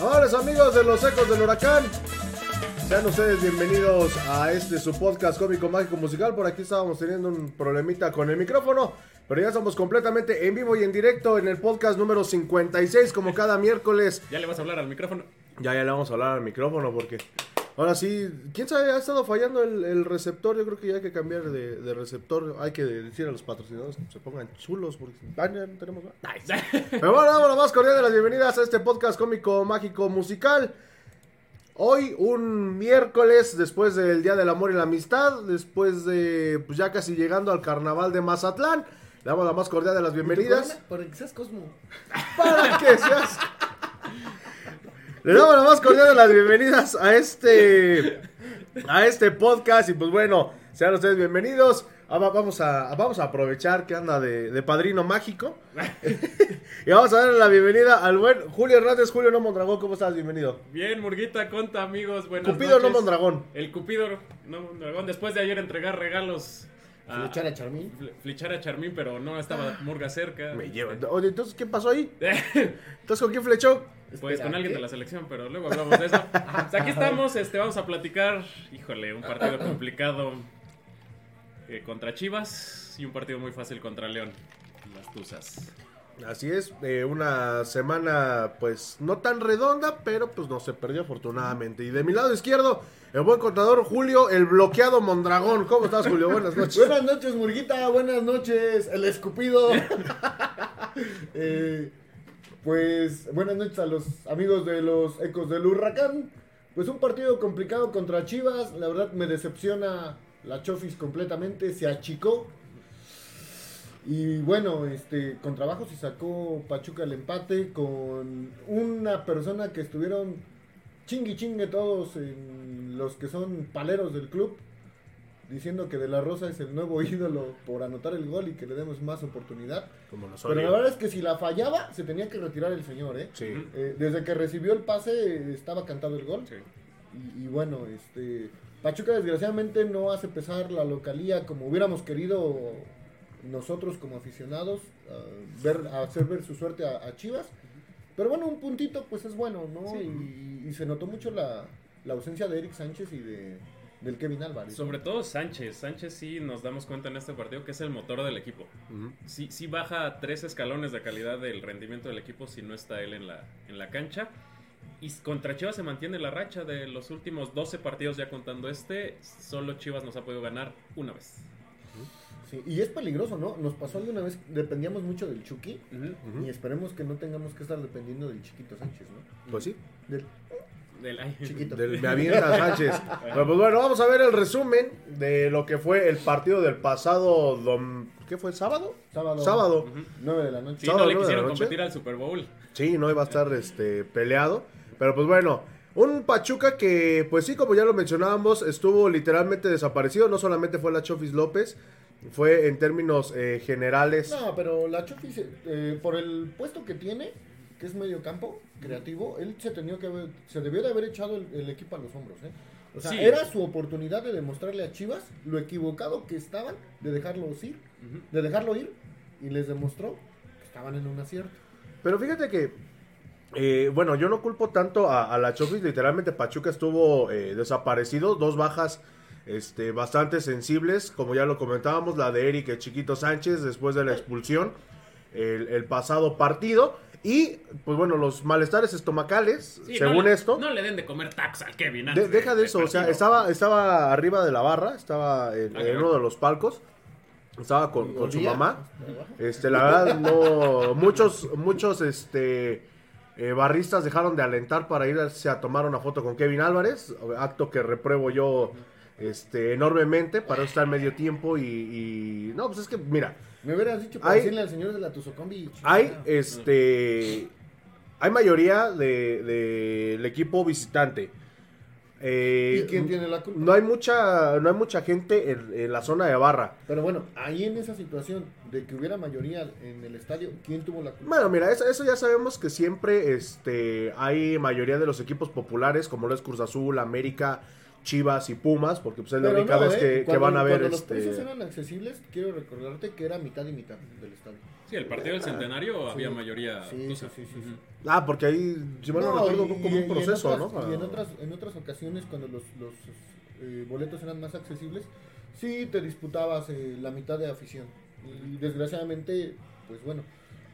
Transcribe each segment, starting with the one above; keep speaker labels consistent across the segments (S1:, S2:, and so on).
S1: Ahora, amigos de los Ecos del Huracán, sean ustedes bienvenidos a este su podcast cómico mágico musical. Por aquí estábamos teniendo un problemita con el micrófono, pero ya estamos completamente en vivo y en directo en el podcast número 56, como cada miércoles.
S2: Ya le vas a hablar al micrófono.
S1: Ya, ya le vamos a hablar al micrófono porque ahora sí, quién sabe, ha estado fallando el, el receptor. Yo creo que ya hay que cambiar de, de receptor. Hay que decir a los patrocinadores que se pongan chulos porque ah, ya no tenemos nada. Pero bueno, damos la más cordial de las bienvenidas a este podcast cómico, mágico, musical. Hoy, un miércoles, después del Día del Amor y la Amistad, después de pues, ya casi llegando al carnaval de Mazatlán, le damos la más cordial de las bienvenidas.
S3: Para que seas Cosmo.
S1: Para que seas. Le damos la más cordial de las bienvenidas a este. A este podcast. Y pues bueno, sean ustedes bienvenidos. Ah, va- Vamos a, vamos a aprovechar que anda de, de padrino mágico. y vamos a darle la bienvenida al buen Julio Hernández, Julio No Mondragón. ¿Cómo estás? Bienvenido.
S2: Bien, Murguita, conta, amigos. Buenas
S1: Cupido No
S2: noches.
S1: Mondragón.
S2: El Cupido No Mondragón. Después de ayer entregar regalos. A,
S3: Flechar a Charmín.
S2: fle- Flechar a Charmín, pero no estaba Murga cerca.
S1: Me lleva.
S2: llevan
S1: Oye, entonces, ¿qué pasó ahí?
S2: Pues
S1: ¿Entonces con quién flechó?
S2: con
S3: Espera,
S2: alguien
S3: ¿qué?
S2: de la selección, pero luego hablamos de eso. Pues aquí estamos, este, vamos a platicar. Híjole, un partido complicado eh, contra Chivas y un partido muy fácil contra León. Las Tuzas.
S1: Así es, eh, una semana pues no tan redonda, pero pues no se perdió afortunadamente. Y de mi lado izquierdo, el buen contador Julio, el bloqueado Mondragón. ¿Cómo estás, Julio? Buenas noches.
S3: Buenas noches, Murguita. Buenas noches, el escupido. Eh, pues buenas noches a los amigos de los Ecos del Huracán. Pues un partido complicado contra Chivas. La verdad me decepciona la Chofis completamente. Se achicó. Y bueno, este, con trabajo se sacó Pachuca el empate con una persona que estuvieron chingui chingue todos en los que son paleros del club, diciendo que De La Rosa es el nuevo ídolo por anotar el gol y que le demos más oportunidad.
S1: Como nos
S3: Pero la
S1: odio.
S3: verdad es que si la fallaba, se tenía que retirar el señor, ¿eh?
S1: Sí.
S3: Eh, desde que recibió el pase eh, estaba cantado el gol.
S2: Sí.
S3: Y, y bueno, este Pachuca desgraciadamente no hace pesar la localía como hubiéramos querido nosotros como aficionados ah, ver hacer ver su suerte a, a Chivas. Pero bueno, un puntito pues es bueno, ¿no? Y, y se notó mucho la, la ausencia de Eric Sánchez y de del Kevin Álvarez.
S2: Sobre todo Sánchez. Sánchez sí nos damos cuenta en este partido que es el motor del equipo.
S1: Ujú.
S2: Sí, sí baja tres escalones de calidad del rendimiento del equipo si no está él en la, en la cancha. Y s- contra Chivas se mantiene la racha de los últimos 12 partidos ya contando este. Solo Chivas nos ha podido ganar una vez.
S3: Sí, y es peligroso, ¿no? Nos pasó alguna vez, dependíamos mucho del Chucky
S1: Ujú.
S3: y esperemos que no tengamos que estar dependiendo del chiquito Sánchez, ¿no?
S1: Pues sí,
S3: Del
S2: Del- ay,
S3: chiquito.
S1: del, me avienta Sánchez. Pero pues bueno, vamos a ver el resumen de lo que fue el partido del pasado. dom- ¿Qué fue? ¿Sábado?
S3: Sábado.
S1: Sábado.
S3: 9 de la noche.
S2: Sí,
S1: Sábado,
S2: no le
S1: ¿no? de la
S2: quisieron
S1: noche.
S2: competir al Super Bowl.
S1: Sí, no iba a estar este peleado. Pero pues bueno, un Pachuca que, pues sí, como ya lo mencionábamos, estuvo literalmente desaparecido. No solamente fue la Chofis López, fue en términos eh, generales.
S3: No, pero la Chofis, eh, por el puesto que tiene, que es medio campo, creativo, él se tenía que haber- se debió de haber echado el, el equipo a los hombros, ¿eh? O sea,
S2: Sí.
S3: era su oportunidad de demostrarle a Chivas lo equivocado que estaban de dejarlo ir,
S2: Ujú.
S3: de dejarlo ir, y les demostró que estaban en un acierto.
S1: Pero fíjate que, eh, bueno, yo no culpo tanto a, a la Chofis. Literalmente Pachuca estuvo eh, desaparecido. Dos bajas este, bastante sensibles, como ya lo comentábamos, la de Eric el Chiquito Sánchez después de la expulsión el, el pasado partido. Y, pues bueno, los malestares estomacales,
S2: Sí, no
S1: según
S2: le-
S1: esto.
S2: No le den de comer tax al Kevin.
S1: De-
S2: antes
S1: deja de
S2: del
S1: eso, o sea,
S2: partido.
S1: estaba, estaba arriba de la barra, estaba en,
S2: Ah,
S1: en
S2: claro.
S1: uno de los palcos, estaba con, con su
S3: Olía.
S1: mamá. Este, la verdad, no, muchos, muchos, este, eh, barristas dejaron de alentar para irse a tomar una foto con Kevin Álvarez, acto que repruebo yo, este, enormemente, para estar medio tiempo y, y- no, pues es que, mira,
S3: Me hubieras dicho para
S1: Hay-
S3: decirle al señor de la Tuzocombi.
S1: hay, eh, este, hay mayoría del de, del equipo visitante. Eh,
S3: ¿Y quién tiene la culpa?
S1: no hay mucha, no hay mucha gente en, en la zona de barra.
S3: Pero bueno, ahí en esa situación de que hubiera mayoría en el estadio, ¿quién tuvo la culpa?
S1: Bueno, mira, eso, eso ya sabemos que siempre este, hay mayoría de los equipos populares, como lo es Cruz Azul, América, Chivas y Pumas, porque pues es la
S3: Pero
S1: única
S3: no,
S1: vez
S3: ¿eh?
S1: que, que
S3: Cuando-
S1: van a ver
S3: Cuando los
S1: este...
S3: precios eran accesibles, quiero recordarte que era mitad y mitad del estadio.
S2: Sí, el partido del centenario había mayoría.
S3: Sí,
S2: tusa.
S3: sí, sí, sí, sí.
S2: Ujú.
S1: Ah, porque ahí, si mal no, recuerdo,
S3: y-
S1: fue como
S3: y-
S1: un proceso,
S3: y en
S1: ¿no?
S3: otras,
S1: Para-
S3: Y en otras, en otras ocasiones, cuando los, los eh, boletos eran más accesibles, sí te disputabas eh, la mitad de afición. Y desgraciadamente, pues bueno,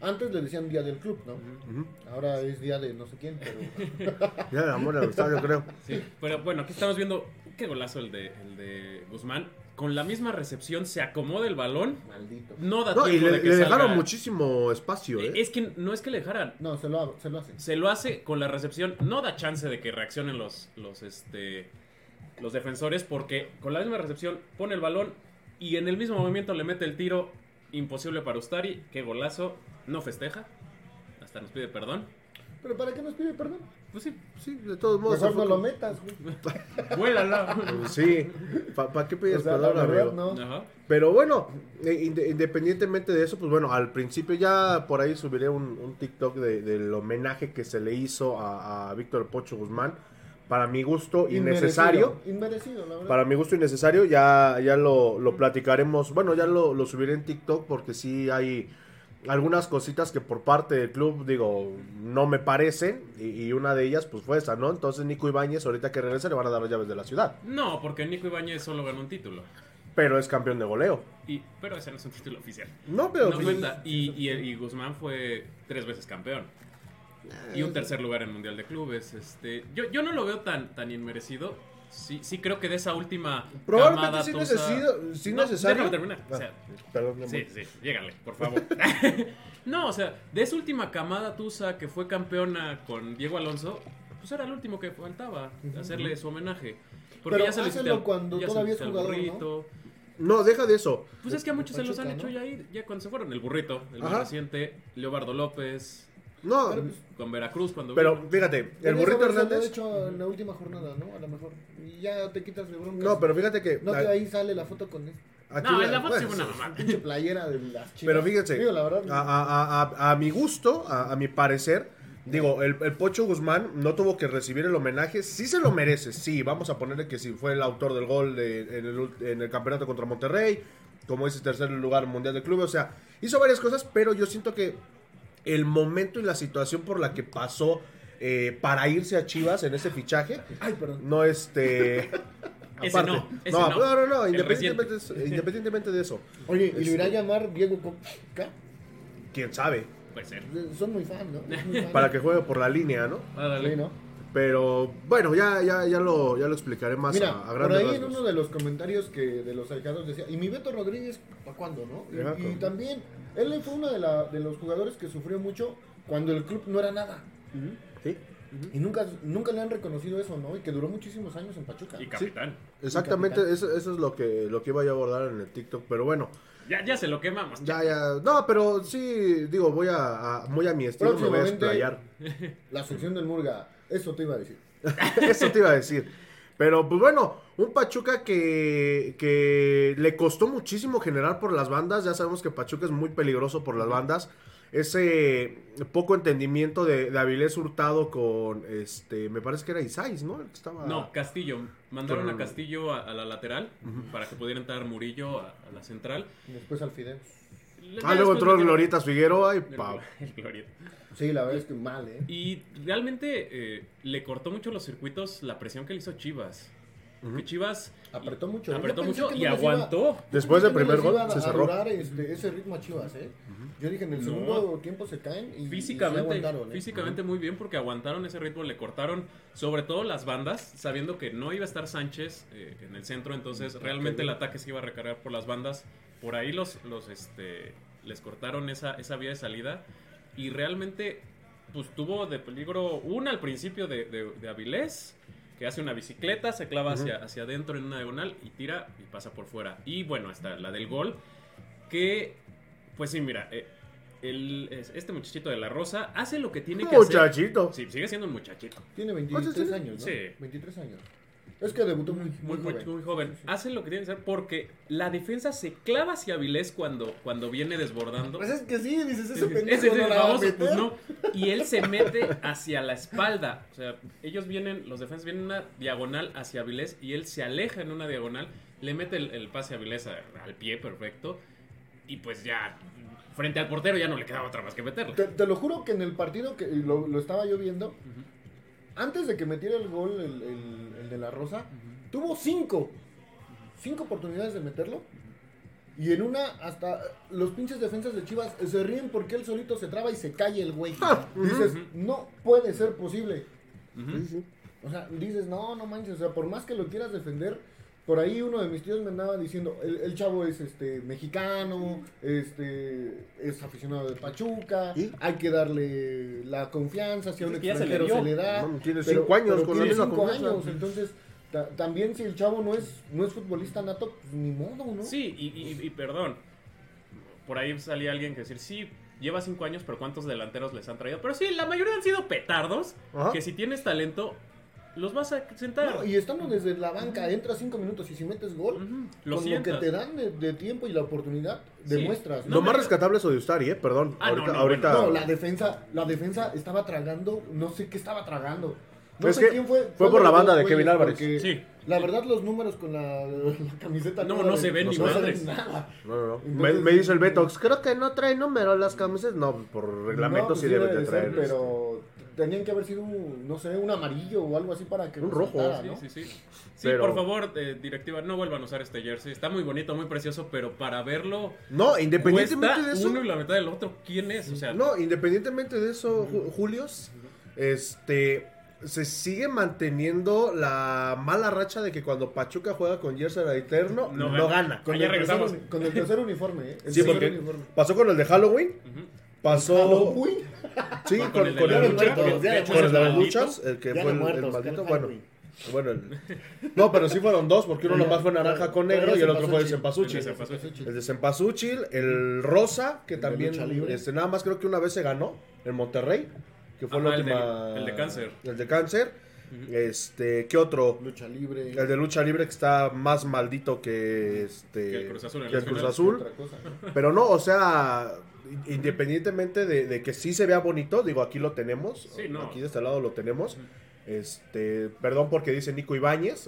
S3: antes le decían día del club, ¿no?
S1: Ah, Ujú.
S3: Ahora es día de no sé quién, pero...
S1: Ya el amor al estadio, creo.
S2: Sí, pero bueno, aquí estamos viendo qué golazo el de, el de Guzmán. Con la misma recepción se acomoda el balón.
S3: Maldito.
S2: No da
S1: No, y
S2: tiempo
S1: le,
S2: de que
S1: le dejaron
S2: salga.
S1: muchísimo espacio,
S2: Eh,
S1: ¿eh?
S2: Es que no es que le dejaran.
S3: No, se lo, hago- se lo hacen.
S2: Se lo hace con la recepción. No da chance de que reaccionen los, los, este, los defensores porque con la misma recepción pone el balón y en el mismo movimiento le mete el tiro imposible para Ustari. Qué golazo. No festeja. Hasta nos pide perdón.
S3: ¿Pero para qué nos pide perdón?
S2: Pues sí,
S1: Sí, de todos modos.
S3: Mejor
S1: se fue
S3: no lo
S1: con-
S3: metas, güey.
S2: vuélala.
S1: Sí, ¿para qué pides
S3: O sea,
S1: perdón,
S3: la verdad,
S1: amigo?
S3: no.
S2: Ajá.
S1: Pero bueno, eh, inde- independientemente de eso, pues bueno, al principio ya por ahí subiré un, un TikTok de- del homenaje que se le hizo a, a Víctor Pocho Guzmán. Para mi gusto, innecesario.
S3: Inmerecido, Inmerecido, la verdad.
S1: Para mi gusto innecesario, ya, ya lo, lo platicaremos. Bueno, ya lo, lo subiré en TikTok porque sí hay algunas cositas que por parte del club, digo, no me parecen. Y, y una de ellas, pues fue esa, ¿no? Entonces Nico Ibáñez, ahorita que regrese, le van a dar las llaves de la ciudad.
S2: No, porque Nico Ibáñez solo ganó un título.
S1: Pero es campeón de goleo.
S2: Y, pero ese no es un título oficial.
S1: No, pero.
S2: No
S1: pues,
S2: cuenta. Y, y- y Guzmán fue tres veces campeón. Y
S1: Ah,
S2: un tercer lugar en Mundial de Clubes. Este, yo, yo no lo veo tan, tan inmerecido. Sí, sí creo que de esa última.
S1: probablemente
S2: camada
S1: sí,
S2: tusa-
S1: necesito, sí
S2: No,
S1: necesario.
S2: déjame terminar. O sea,
S1: Ah, perdón, mi amor.
S2: sí, sí, llégale, por favor. no, o sea, de esa última camada Tusa que fue campeona con Diego Alonso, pues era el último que faltaba hacerle su homenaje. Porque
S3: Pero
S2: ya se le
S3: hácelo cuando todavía es jugador, ¿no?
S1: No, deja de eso.
S2: Pues es que a muchos se los han
S3: Pachuca,
S2: hecho
S3: ¿no?
S2: ya ahí, ya cuando se fueron. El burrito, el
S1: Ajá.
S2: más reciente, Leobardo López,
S1: No,
S3: Pero, pues,
S2: con Veracruz cuando
S1: pero
S2: vino.
S1: fíjate, el
S3: Deberías
S1: burrito
S3: haberse
S1: Hernández.
S3: hecho en la última jornada, ¿no? A lo mejor. Y ya te quitas de broncas.
S1: No, pero fíjate que.
S3: No,
S1: a-
S3: que ahí sale la foto con este.
S1: aquí
S2: No,
S1: la-
S2: en la foto sí
S1: bueno,
S2: fue una
S1: sí.
S2: mamada.
S3: Pinche playera de las chicas.
S1: Pero fíjense, Ah.
S3: Digo, la verdad.
S1: a, a- a- a- a mi gusto, a, a mi parecer, digo, el, el Pocho Guzmán no tuvo que recibir el homenaje, sí se lo merece, sí, vamos a ponerle que sí, fue el autor del gol de- en, el, ult- en el campeonato contra Monterrey, como ese tercer lugar mundial del club, o sea, hizo varias cosas, pero yo siento que el momento y la situación por la que pasó eh, para irse a Chivas en ese fichaje,
S3: Ay, perdón.
S1: no este...
S2: Ese
S1: aparte.
S2: no, ese
S1: no,
S2: no.
S1: no, no, no,
S2: El
S1: independientemente, de eso- independientemente de eso,
S3: Oye, ¿y
S1: Este-
S3: lo irá a llamar Diego Co- K?
S1: quién sabe.
S2: Puede ser.
S3: Son muy fan, ¿no? Son muy fan.
S1: Para que juegue por la línea, ¿no?
S2: Ándale.
S3: Sí, ¿no?
S1: Pero bueno, ya, ya, ya, lo, ya lo explicaré más
S3: Mira,
S1: a, a
S3: por
S1: grandes
S3: ahí en
S1: rasgos.
S3: uno de los comentarios que de los ahijados decía, ¿y mi Beto Rodríguez para cuándo, no? Y,
S1: Ajá,
S3: y
S1: claro.
S3: también, él fue uno de, la- de los jugadores que sufrió mucho cuando el club no era nada.
S1: Sí,
S3: Y nunca, nunca le han reconocido eso, ¿no? Y que duró muchísimos años en Pachuca.
S2: Y capitán.
S1: Exactamente,
S3: capitán.
S1: eso, eso es lo que, lo que iba yo a abordar en el TikTok. Pero bueno,
S2: Ya, ya se lo quemamos.
S1: ya, ya. No, pero sí, digo, voy a, a- muy a mi estilo, me voy a
S3: Próximamente.
S1: explayar.
S3: La sección del Murga, eso te iba a decir.
S1: Eso te iba a decir. Pero pues bueno, un Pachuca que, que le costó muchísimo generar por las bandas. Ya sabemos que Pachuca es muy peligroso por las bandas. Ese poco entendimiento de, de Avilés Hurtado con este, me parece que era Isais, ¿no? El que estaba.
S2: No, Castillo. Mandaron
S1: Pero-
S2: a Castillo a, a la lateral para que pudiera entrar Murillo a, a la central.
S3: Y después al Fideo.
S2: Le-
S1: Ah,
S2: ya
S1: luego
S2: después
S1: entró
S2: metieron-
S1: Gloritas Figueroa y
S2: el-
S1: pa.
S2: el Glorieta.
S3: Sí, la verdad es que mal, ¿eh?
S2: Y realmente eh, le cortó mucho los circuitos la presión que le hizo Chivas. Que Chivas
S3: Apretó mucho.
S2: apretó
S3: Yo pensé
S2: mucho
S3: que no
S2: y
S3: les iba-
S2: aguantó.
S1: Después del
S3: Yo pensé que
S1: primer
S3: no les
S1: gol
S3: iba a-
S1: se
S3: a
S1: cerró.
S3: durar, este, ese ritmo a Chivas, ¿eh? Yo dije, en el
S2: No.
S3: segundo tiempo se caen y, y se
S2: Físicamente,
S3: aguantaron, ¿eh?
S2: físicamente muy bien porque aguantaron ese ritmo, le cortaron sobre todo las bandas, sabiendo que no iba a estar Sánchez eh, en el centro,
S3: Mm,
S2: entonces realmente el ataque se iba a recargar por las bandas. Por ahí los, los este, les cortaron esa, esa vía de salida y realmente pues tuvo de peligro una al principio de, de- de Avilés, que hace una bicicleta, se clava hacia, hacia adentro en una diagonal y tira y pasa por fuera. Y bueno, hasta la del gol, que pues sí, mira, eh, el- es- este muchachito de la Rosa hace lo que tiene que hacer.
S1: Muchachito. Pues,
S2: Sí, sigue siendo un muchachito.
S3: Tiene
S1: ¿Cuántos
S3: 23
S1: tiene?
S3: años, ¿no?
S2: Sí.
S3: 23 años. Es que debutó muy,
S2: Muy,
S3: muy
S2: muy,
S3: joven.
S2: muy joven. Hacen lo que tienen que hacer porque la defensa se clava hacia Avilés cuando, cuando viene desbordando.
S3: Pues es que sí, dices, ese
S2: Ese-
S3: pendejo
S2: ese
S3: no la va a
S2: baboso, pues
S3: meter.
S2: no. Y él se mete hacia la espalda. O sea, ellos vienen, los defensas vienen una diagonal hacia Avilés y él se aleja en una diagonal. Le mete el, el pase a Avilés a- al pie, perfecto. Y pues ya, frente al portero ya no le quedaba otra más que meterla.
S3: Te, te lo juro que en el partido que y lo, lo estaba yo viendo, antes de que metiera el gol el, el- el de la Rosa, tuvo cinco. Cinco oportunidades de meterlo. Y en una, hasta los pinches defensas de Chivas se ríen porque él solito se traba y se cae el güey. Dices, no puede ser posible.
S2: Ujú.
S1: Sí, sí.
S3: O sea, dices, no, no manches, o sea, por más que lo quieras defender, por ahí uno de mis tíos me andaba diciendo, el, el chavo es este mexicano, este es aficionado de Pachuca,
S1: ¿Y?
S3: hay que darle la confianza, si a un
S2: Es que ya se le
S3: extranjero se le,
S2: dio.
S3: da.
S1: Mam, tiene cinco años con la
S3: tiene
S1: misma
S3: cinco
S1: confianza.
S3: años, entonces ta- también si el chavo no es no es futbolista nato, pues, ni modo, ¿no?
S2: Sí, y, y- y perdón. Por ahí salía alguien que decir, sí, lleva cinco años, pero ¿cuántos delanteros les han traído? Pero sí, la mayoría han sido petardos.
S1: Ajá.
S2: Que si tienes talento, los vas a sentar.
S3: No, y estando desde la banca, entra cinco minutos y si metes gol,
S2: Ujú, Lo
S3: con lo que
S2: sientas.
S3: te dan de, de tiempo y la oportunidad,
S2: Sí.
S3: demuestras.
S2: No
S1: lo
S2: me-
S1: más rescatable es Odiustari, ¿eh? Perdón.
S2: Ah, no,
S1: ahorita.
S2: no,
S1: ahorita-
S2: bueno.
S3: No, la defensa, la defensa estaba tragando, no sé qué estaba tragando. No
S1: Es
S3: sé
S1: que fue por la
S3: los
S1: banda de
S3: güeyes,
S1: Kevin Álvarez.
S3: porque
S2: Sí.
S3: La verdad, los números con la, la camiseta
S2: No,
S3: nueva
S2: no
S3: de-
S2: se ven
S3: no
S1: ni
S3: se ven
S2: madres.
S3: nada.
S1: No, no, no. Me,
S3: Entonces- eh,
S1: me dice el Betox, creo que no trae número las camisetas. No, por reglamento
S3: No, pues
S1: sí deben
S3: debe
S1: de
S3: ser,
S1: traer.
S3: pero tenían que haber sido, un, no sé, un amarillo o algo así para que.
S1: Un rojo.
S3: resaltara,
S2: Sí,
S3: ¿no?
S2: sí, sí. Sí,
S1: Pero-
S2: por favor, eh, directiva, no vuelvan a usar este jersey. Está muy bonito, muy precioso, pero para verlo,
S1: No, independientemente de
S2: cuesta
S1: eso.
S2: uno y la mitad del otro. ¿Quién es? O sea,
S1: No, independientemente de eso, Ju- Julios, este se sigue manteniendo la mala racha de que cuando Pachuca juega con jersey de Eterno no,
S2: No
S1: gana.
S2: gana.
S3: Con,
S2: Allá
S3: el tercer,
S2: regresamos.
S3: uni- con el tercer uniforme, ¿eh? El
S1: Sí,
S3: tercer
S1: porque
S3: uniforme.
S1: pasó con el de Halloween,
S2: ujú.
S1: pasó
S3: Halloween.
S1: sí,
S2: Con
S1: con,
S2: el de
S1: con
S2: la
S1: el-
S2: lucha,
S1: con-
S2: que de hecho
S1: con
S2: es
S1: el de las
S2: maldito.
S1: luchas, el que
S4: Ya
S1: fue
S4: no
S1: el, el
S4: muertos,
S1: maldito,
S4: Halloween.
S1: bueno. Bueno, el- no, pero sí fueron dos, porque uno
S3: Ya,
S1: nomás fue
S3: ya,
S1: naranja con
S3: ya,
S1: negro
S3: ya
S1: y el otro fue el
S2: El
S1: cempasúchil.
S2: de Cempasúchil.
S1: El de Cempasúchil, el rosa, que
S3: El de
S1: también
S3: lucha libre.
S1: este, nada más creo que una vez se ganó en Monterrey, que fue la
S2: Ajá, el de-
S1: última
S2: el de cáncer.
S1: El de cáncer. Este, ¿qué otro?
S3: Lucha libre.
S1: El de lucha libre que está más maldito que este
S2: Que el Cruz Azul en
S1: que
S2: las
S1: el Cruz
S2: finales.
S1: Azul.
S3: Otra cosa.
S1: Pero no, o sea, in- independientemente de, de que sí se vea bonito, digo, aquí lo tenemos.
S2: Sí, no.
S1: Aquí de este lado lo tenemos. Este, perdón porque dice Nico Ibáñez.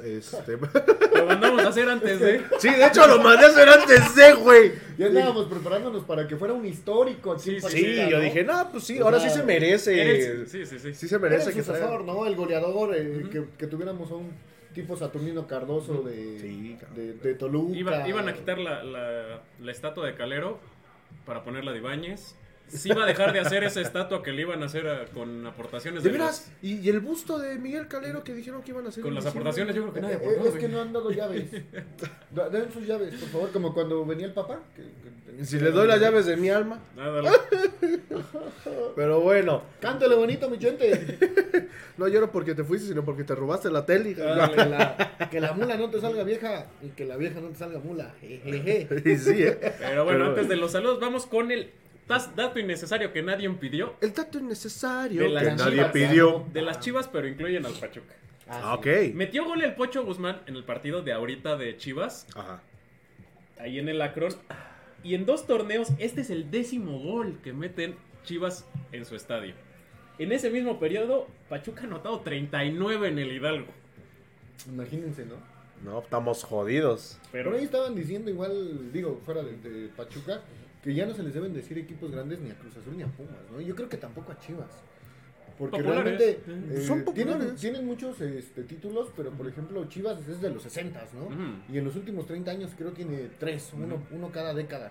S1: Este,
S2: Lo mandamos a hacer antes de.
S1: sí, de hecho lo mandé a hacer antes de, güey.
S3: Ya estábamos preparándonos para que fuera un histórico aquí
S2: Sí,
S3: en
S2: sí,
S1: Sí,
S3: Pachuca,
S1: yo
S3: ¿no?
S1: dije, no, pues sí,
S3: O
S1: ahora
S3: sea,
S1: sí se merece.
S2: Eres- Sí, sí, sí.
S1: Sí se
S3: Era
S1: merece
S3: el
S1: que
S3: sucesor,
S1: traiga.
S3: ¿no? El goleador, eh, que, que tuviéramos a un tipo Saturnino Cardoso de,
S1: Sí, cabrón.
S3: de, de Toluca.
S2: Iba- iban a quitar la, la- la estatua de Calero para ponerla de Ibáñez. Sí iba a dejar de hacer esa estatua que le iban a hacer a- con aportaciones
S1: De
S2: los-
S1: veras, y, y el busto de Miguel Calero que dijeron que iban a hacer.
S2: Con
S1: en
S2: las
S1: diciembre?
S2: aportaciones yo creo que
S3: Eh,
S2: nadie
S3: eh,
S2: aportó.
S3: es que
S2: güey.
S3: no han dado llaves. Da- Den sus llaves, por favor, como cuando venía el papá. que- que-
S1: Si le doy las llaves de mi alma.
S2: Nada, la-
S1: Pero bueno,
S3: Cántale bonito, mi gente.
S1: no lloro porque te fuiste, sino porque te robaste la tele.
S3: que, la, que la mula no te salga vieja y que la vieja no te salga mula. Jejeje.
S1: Y sí, ¿eh?
S2: Pero bueno,
S1: Pero-
S2: antes de los saludos, vamos con el tas- dato innecesario que nadie pidió
S1: El dato innecesario
S2: De la
S1: que
S2: chivas,
S1: nadie
S3: ¿no?
S1: pidió.
S2: de las chivas, pero incluyen al Pachuca.
S1: Ah, ok.
S2: Metió gol el Pocho Guzmán en el partido de ahorita de Chivas,
S1: Ajá.
S2: ahí en el Akron. Y en dos torneos, este es el décimo gol que meten Chivas en su estadio. En ese mismo periodo, Pachuca ha anotado 39 en el Hidalgo.
S3: Imagínense, ¿no?
S1: No, estamos jodidos.
S2: Pero
S3: Por ahí estaban diciendo igual, digo, fuera de, de Pachuca, que ya no se les deben decir equipos grandes ni a Cruz Azul ni a Pumas, ¿no? Yo creo que tampoco a Chivas. Porque
S2: Populares.
S3: realmente
S1: Son
S3: eh, tienen,
S1: populares.
S3: tienen muchos este, títulos, pero por ejemplo Chivas es de los 60, ¿no?
S2: Ujú.
S3: Y en los últimos 30 años creo tiene tres, uno, uno cada década.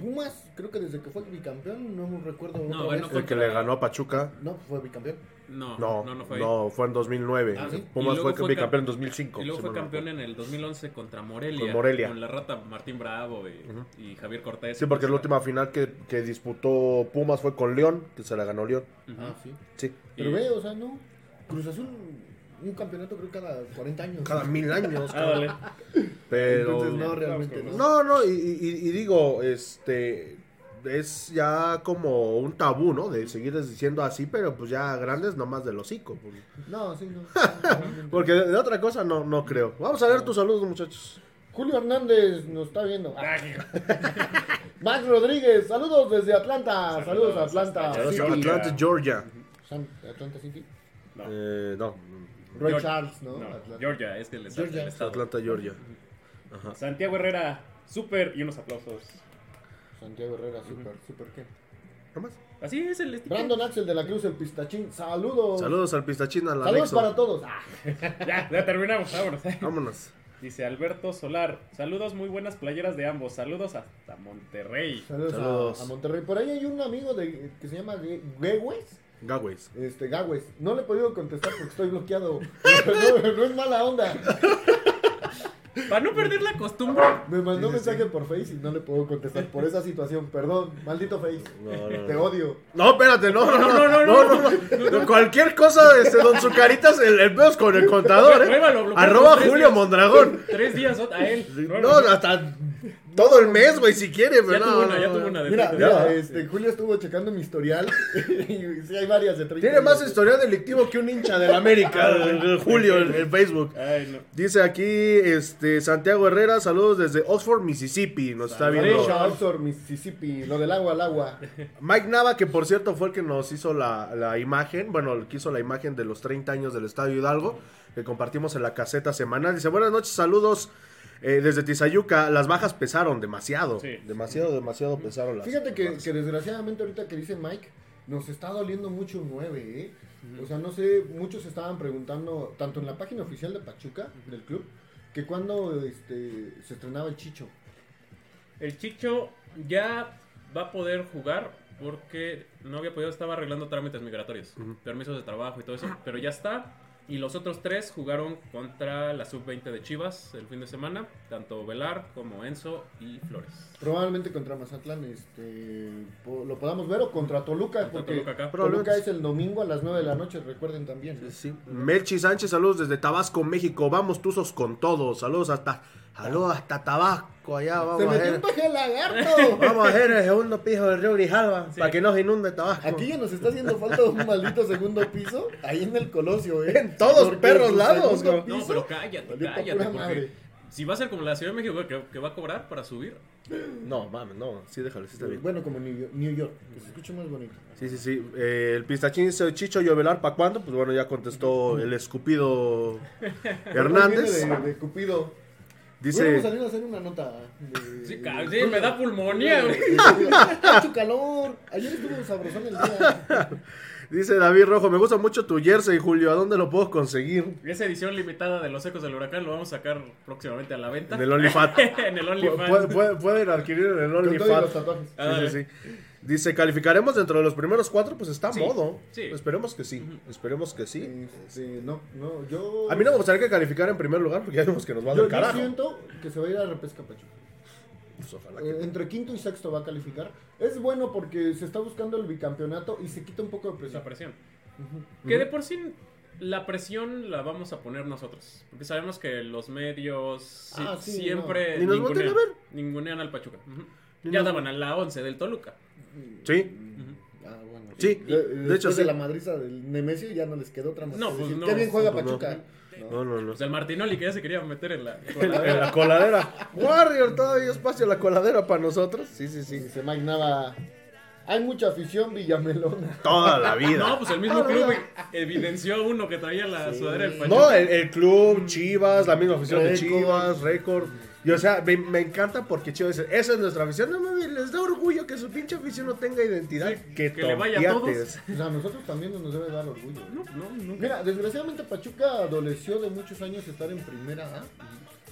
S3: Pumas, creo que desde que fue bicampeón, no recuerdo. otra
S2: bueno,
S3: vez.
S1: El que le ganó a Pachuca.
S3: No, fue bicampeón.
S2: no,
S1: No,
S2: no, no fue ahí.
S1: en 2009.
S3: Ah, ¿sí?
S2: Y
S1: Pumas
S2: luego
S1: fue,
S2: fue
S1: bicampeón en
S2: cam-
S1: 2005.
S2: Y luego
S1: si
S2: fue
S1: mal no
S2: campeón
S1: recuerdo.
S2: en el 2011 contra Morelia.
S1: Con Morelia.
S2: Con la rata Martín Bravo y, y Javier Cortés.
S1: Sí, porque la última final que, que disputó Pumas fue con León, que se la ganó León.
S2: Ujú.
S3: Ah, sí.
S1: Sí.
S3: Pero
S2: Y-
S3: ve, o sea, no. Cruz Azul, un campeonato creo cada 40 años.
S1: Cada mil años.
S2: Ah, dale.
S1: Pero.
S3: Entonces, no, realmente no.
S1: No, no, y, y- y digo, este, es ya como un tabú, ¿no? De seguirles diciendo así, pero pues ya grandes nomás del hocico. Porque,
S3: No, sí, no. no, no.
S1: porque de, de otra cosa no, no creo. Vamos a leer tus saludos, muchachos.
S3: Julio Hernández nos está viendo. Ah. Max Rodríguez, saludos desde Atlanta. Saludos,
S2: Saludos,
S3: a Atlanta.
S2: hasta
S3: City.
S2: Georgia.
S1: Atlanta, Georgia.
S3: San- Atlanta City.
S2: No.
S1: Eh, no,
S3: Roy
S2: Georgia.
S3: Charles, ¿no?
S2: No,
S3: Atlanta.
S2: Georgia, es que les
S3: Georgia.
S2: el
S1: es
S2: estado.
S1: Atlanta, Georgia.
S2: Santiago Herrera, súper, y unos aplausos.
S3: Santiago Herrera, super, super qué.
S1: ¿No más?
S2: Así es el estilo.
S3: Brandon Axel de la Cruz, el pistachín. Saludos.
S1: Saludos al pistachín, al
S3: Saludos
S1: Alexo.
S3: para todos. Ah,
S2: Ya, ya terminamos, vámonos.
S1: Vámonos.
S2: Dice Alberto Solar, saludos, muy buenas playeras de ambos, saludos hasta Monterrey.
S3: saludos a-
S1: Saludos.
S3: A, Monterrey. Por ahí hay un amigo de, que se llama Gue- Guegues.
S1: Gaways.
S3: Este, Gagües. No le he podido contestar porque estoy bloqueado. No, no es mala onda.
S2: Para no perder la costumbre.
S3: Me mandó un mensaje por Face y no le puedo contestar por esa situación. Perdón, maldito Face.
S1: No, no,
S3: Te
S1: no.
S3: Este odio.
S1: No, espérate, no, no, no, no, no, no. Cualquier cosa, este, don Zucaritas, el, el pedo es con el contador, ¿eh?
S2: Muévalo, bloqueo,
S1: Arroba
S2: tres
S1: Julio
S2: días.
S1: Mondragón.
S2: Tres días a él.
S1: No, hasta todo el mes, güey, si quiere,
S2: ya
S1: pero no,
S2: tuvo una,
S1: no,
S2: ya
S1: no.
S2: tuvo una. de
S3: Mira,
S2: tres
S1: Ya.
S3: mira, este, Julio estuvo checando mi historial y sí hay varias de 30.
S1: Tiene más
S3: días.
S1: historial delictivo que un hincha del América, el- el Julio, en en Facebook.
S2: Ay, no.
S1: Dice aquí, este, Santiago Herrera, saludos desde Oxford, Mississippi, nos está viendo.
S3: Derecho a Oxford, Mississippi, lo del agua al agua.
S1: Mike Nava, que por cierto fue el que nos hizo la, la imagen, bueno, el que hizo la imagen de los 30 años del Estadio Hidalgo, que compartimos en la caseta semanal. Dice, buenas noches, saludos eh, desde Tizayuca. Las bajas pesaron demasiado.
S2: Sí.
S1: Demasiado, demasiado pesaron las
S3: Fíjate que,
S1: bajas.
S3: que desgraciadamente ahorita que dice Mike, nos está doliendo mucho un 9, ¿eh? O sea, no sé, muchos estaban preguntando, tanto en la página oficial de Pachuca, del club, que cuando este, se estrenaba el Chicho.
S2: El Chicho ya va a poder jugar porque no había podido, estaba arreglando trámites migratorios, permisos de trabajo y todo eso, pero ya está. Y los otros tres jugaron contra la sub-20 de Chivas el fin de semana, tanto Velar como Enzo y Flores.
S3: Probablemente contra Mazatlán, este, po- lo podamos ver, o contra Toluca,
S2: Contra
S3: porque
S2: Toluca acá.
S3: Toluca
S1: Probablemente.
S3: es el domingo a las 9 de la noche, recuerden también. ¿eh?
S1: Sí. Melchi Sánchez, saludos desde Tabasco, México. Vamos, tuzos con todos. Saludos hasta, saludos hasta Tabasco, allá vamos.
S3: ¡Se
S1: a
S3: metió
S1: ver.
S3: un peje lagarto!
S1: Vamos a ver el segundo piso del río Grijalva
S2: Sí.
S1: para que no se inunde Tabasco.
S3: Aquí ya nos está haciendo falta un maldito segundo piso, ahí en el Colosio, ¿eh?
S1: En todos
S3: Porque
S1: perros
S3: tu
S1: lados,
S3: segundo
S1: güey.
S2: No,
S3: piso-
S2: pero cállate,
S3: Valió pa'
S2: cállate,
S3: pura
S2: porque
S3: madre.
S2: si va a ser como la Ciudad de México que, que va a cobrar para subir,
S1: No, mames, no. Sí, déjalo, sí está bien.
S3: Bueno, como New York, New York, que se escucha más bonito.
S1: Sí, sí, sí. Eh, el pistachín dice Chicho Llovelar, ¿para cuándo? Pues bueno, ya contestó el escupido Hernández.
S3: Viene De, de Cupido. Hubiéramos
S1: Dice,
S3: salido a hacer una nota. ¿eh? de-
S2: sí, ca- sí, me da pulmonía. güey.
S3: ¡Ah, su calor! Ayer estuvo sabrosón el día.
S1: dice David Rojo, me gusta mucho tu jersey, Julio. ¿A dónde lo puedo conseguir?
S2: Esa edición limitada de Los Ecos del Huracán lo vamos a sacar próximamente a la venta.
S1: En el OnlyFans.
S2: en el
S1: Pu-
S2: OnlyFans.
S1: pu- pu- Pueden adquirir en el
S3: Con todos los
S1: OnlyFans.
S3: tatuajes. Ah,
S1: Sí, sí, sí. Dice, ¿calificaremos dentro de los primeros cuatro? Pues está a
S2: Sí,
S1: modo.
S2: sí.
S1: Esperemos que sí. Esperemos que sí.
S3: Este, no, no, yo.
S1: A mí no me gustaría que calificara en primer lugar porque ya vemos que nos va
S3: yo,
S1: del
S3: yo
S1: carajo.
S3: siento que se va a ir a repesca Pachuca.
S1: Pues ojalá que
S3: Eh, entre quinto y sexto va a calificar. Es bueno porque se está buscando el bicampeonato y se quita un poco de presión.
S2: Pues La presión. Que de por sí la presión la vamos a poner nosotros. Porque sabemos que los medios si-
S3: Ah, sí,
S2: siempre
S1: no. Ni nos voltean a ver.
S2: ningunean al Pachuca. Ujú.
S1: Ni
S2: Ya
S1: nos-
S2: daban a la 11 del Toluca.
S1: Sí.
S3: Ah, bueno.
S1: Sí,
S3: Eh,
S1: de
S3: después
S1: hecho,
S3: de
S1: sí.
S3: la madriza del Nemesio ya no les quedó otra más.
S2: No,
S3: que
S2: pues,
S3: decir,
S2: no.
S3: Qué bien juega
S1: Pues, no.
S3: Pachuca.
S1: No, no, no.
S2: Pues el Martinoli que ya se quería meter en la.
S1: en la- en la coladera. Warrior, todavía espacio en la coladera para nosotros. Sí, sí, sí.
S3: Dice Mike Nava, Hay mucha afición villamelona.
S1: Toda la
S2: No,
S1: vida.
S2: pues el mismo club evidenció uno que traía la sudadera del Pachuca.
S1: Ah, No, eh. el, el club, Chivas, la misma afición de
S3: Récord.
S1: Chivas, récord. Y o sea, me, me encanta porque Chivas dice, esa es nuestra afición. No mames, les da orgullo que su pinche afición no tenga identidad. que
S2: que le vaya a todos.
S1: tontiates.
S3: O sea, Pues a nosotros también nos debe dar orgullo.
S2: No, no, nunca.
S3: Mira, desgraciadamente Pachuca adoleció de muchos años estar en primera A.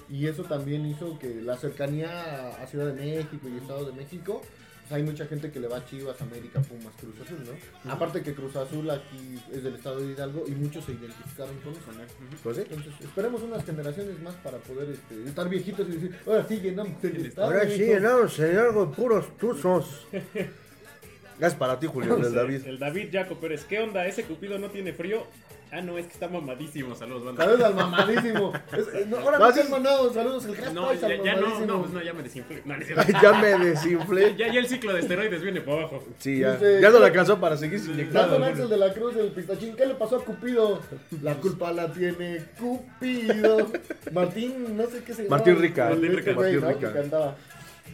S3: Y eso también hizo que la cercanía a Ciudad de México y Estado de México, pues hay mucha gente que le va a Chivas, América, Pumas, Cruz Azul, ¿no? Aparte que Cruz Azul aquí es del Estado de Hidalgo y muchos se identificaron con eso.
S1: Pues sí.
S3: Entonces, esperemos unas generaciones más para poder este, estar viejitos y decir, ahora sí llenamos el Estado.
S1: Ahora
S3: de
S1: sí,
S3: México".
S1: no, señor, algo de puros tuzos. Es para ti, Julio, del David.
S2: El David Jaco Pérez, ¿qué onda? Ese Cupido no tiene frío. Ah, no, es que está mamadísimo. Saludos, banda.
S3: Saludos al mamadísimo. Es- eh, no, ahora
S1: No,
S3: no,
S1: sí.
S3: se manado. Saludos al
S2: No,
S3: Hashtag
S2: ya,
S3: al
S2: ya no, no,
S3: mamadísimo.
S2: pues no, ya me desinflé. No, no es cierto.
S1: ya me desinflé.
S2: ya, ya el ciclo de esteroides viene para abajo.
S1: Sí, ya.
S3: Dice-
S1: Ya no la alcanzó para seguir
S3: Nelson
S1: inyectando.
S3: Axel de la Cruz, el pistachín, ¿qué le pasó a Cupido? La culpa la tiene Cupido. Martín, no sé qué se llama.
S1: Martín Rica.
S2: Martín Rica.
S1: Martín Rica.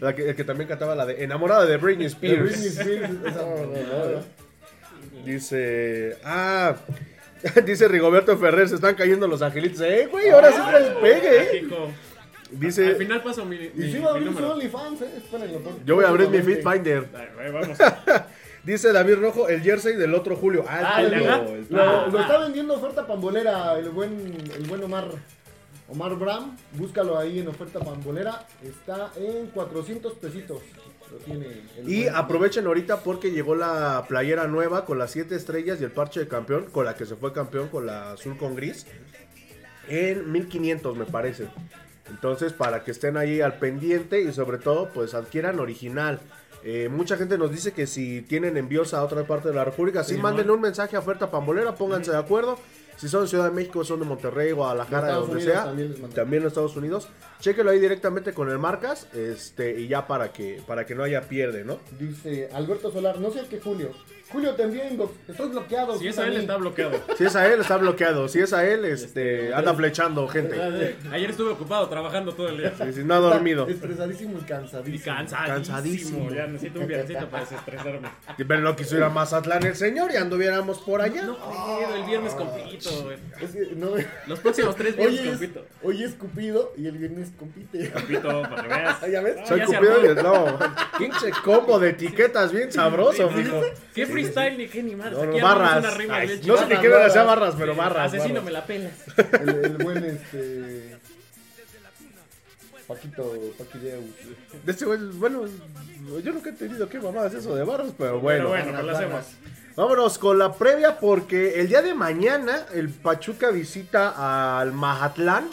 S1: La que- el que también cantaba la de Enamorada de Britney Spears. Dice. Ah. Dice Rigoberto Ferrer, se están cayendo los angelitos. Eh, güey, ahora sí que les pegue, eh.
S2: Hijo, Al
S1: Dice.
S2: final paso mi, mi,
S3: Y si
S2: mi
S3: va a abrir su
S2: número.
S3: OnlyFans, eh. espérenlo, por-
S1: Yo voy a abrir mi
S3: próximamente.
S1: Fitfinder.
S2: Ay, güey, vamos.
S1: Dice David Rojo, el jersey del otro Julio. Ah,
S3: Ah,
S1: el
S3: el
S1: Julio,
S2: ajá.
S1: el-
S3: Lo,
S2: Ah,
S3: lo
S2: ah.
S3: está vendiendo oferta pambolera el buen, el buen Omar. Omar Bram, búscalo ahí en oferta pambolera. Está en 400 pesitos. Lo tiene el
S1: Y
S3: buen-
S1: aprovechen ahorita porque llegó la playera nueva con las 7 estrellas y el parche de campeón, con la que se fue campeón con la azul con gris, en 1500 me parece. Entonces, para que estén ahí al pendiente y sobre todo, pues adquieran original. Eh, mucha gente nos dice que si tienen envíos a otra parte de la República, sí,
S2: Sí,
S1: manden
S2: man.
S1: un mensaje a oferta pambolera, pónganse de acuerdo. Si son de Ciudad de México, son de Monterrey, Guadalajara, de
S3: Estados
S1: donde
S3: Unidos
S1: sea,
S3: también les mandamos.
S1: también en Estados Unidos, chéquelo ahí directamente con el Marcas, este, y ya para que, para que no haya pierde, ¿no?
S3: Dice Alberto Solar, no sé qué Julio. Julio, te envío inbox. Estoy bloqueado.
S2: Si es a él, está bloqueado.
S1: Si es a él, está bloqueado. Si es a él, este, anda flechando gente.
S3: bloqueado.
S2: Ayer estuve ocupado trabajando todo el día.
S1: Sí, sí, no ha dormido.
S3: Estresadísimo y cansadísimo.
S2: Y cansadísimo.
S1: Cansadísimo.
S2: Ya necesito un viernesito para desestresarme.
S1: Pero no quiso ir a Mazatlán el señor y anduviéramos por allá.
S2: No puedo, el viernes compito, güey.
S3: Es que no-
S2: Los próximos tres viernes
S3: hoy, es,
S2: compito.
S3: hoy es Cupido y el viernes compite.
S2: Compito, para que veas.
S3: Ah, ¿Ya ves?
S1: Soy
S2: ya se
S1: Cupido
S2: armó.
S1: y el- no. Pinche combo de etiquetas bien sabroso,
S2: Sí, sí,
S1: mijo.
S2: sí. Qué freestyle ni qué ni madre.
S1: No, no,
S2: Aquí armamos
S1: barras.
S2: una rima
S1: Ay,
S2: bien
S1: no sé
S2: chingona.
S1: ni qué le hacía barras, pero barras.
S2: Asesino,
S1: barras.
S2: me la pelas.
S3: El, el buen este. Paquito, Paquideus.
S1: De este güey, bueno, yo nunca he entendido qué mamadas es eso de barras, pero bueno.
S2: Pero bueno, pues lo hacemos.
S1: Vámonos con la previa porque el día de mañana el Pachuca visita al Mazatlán.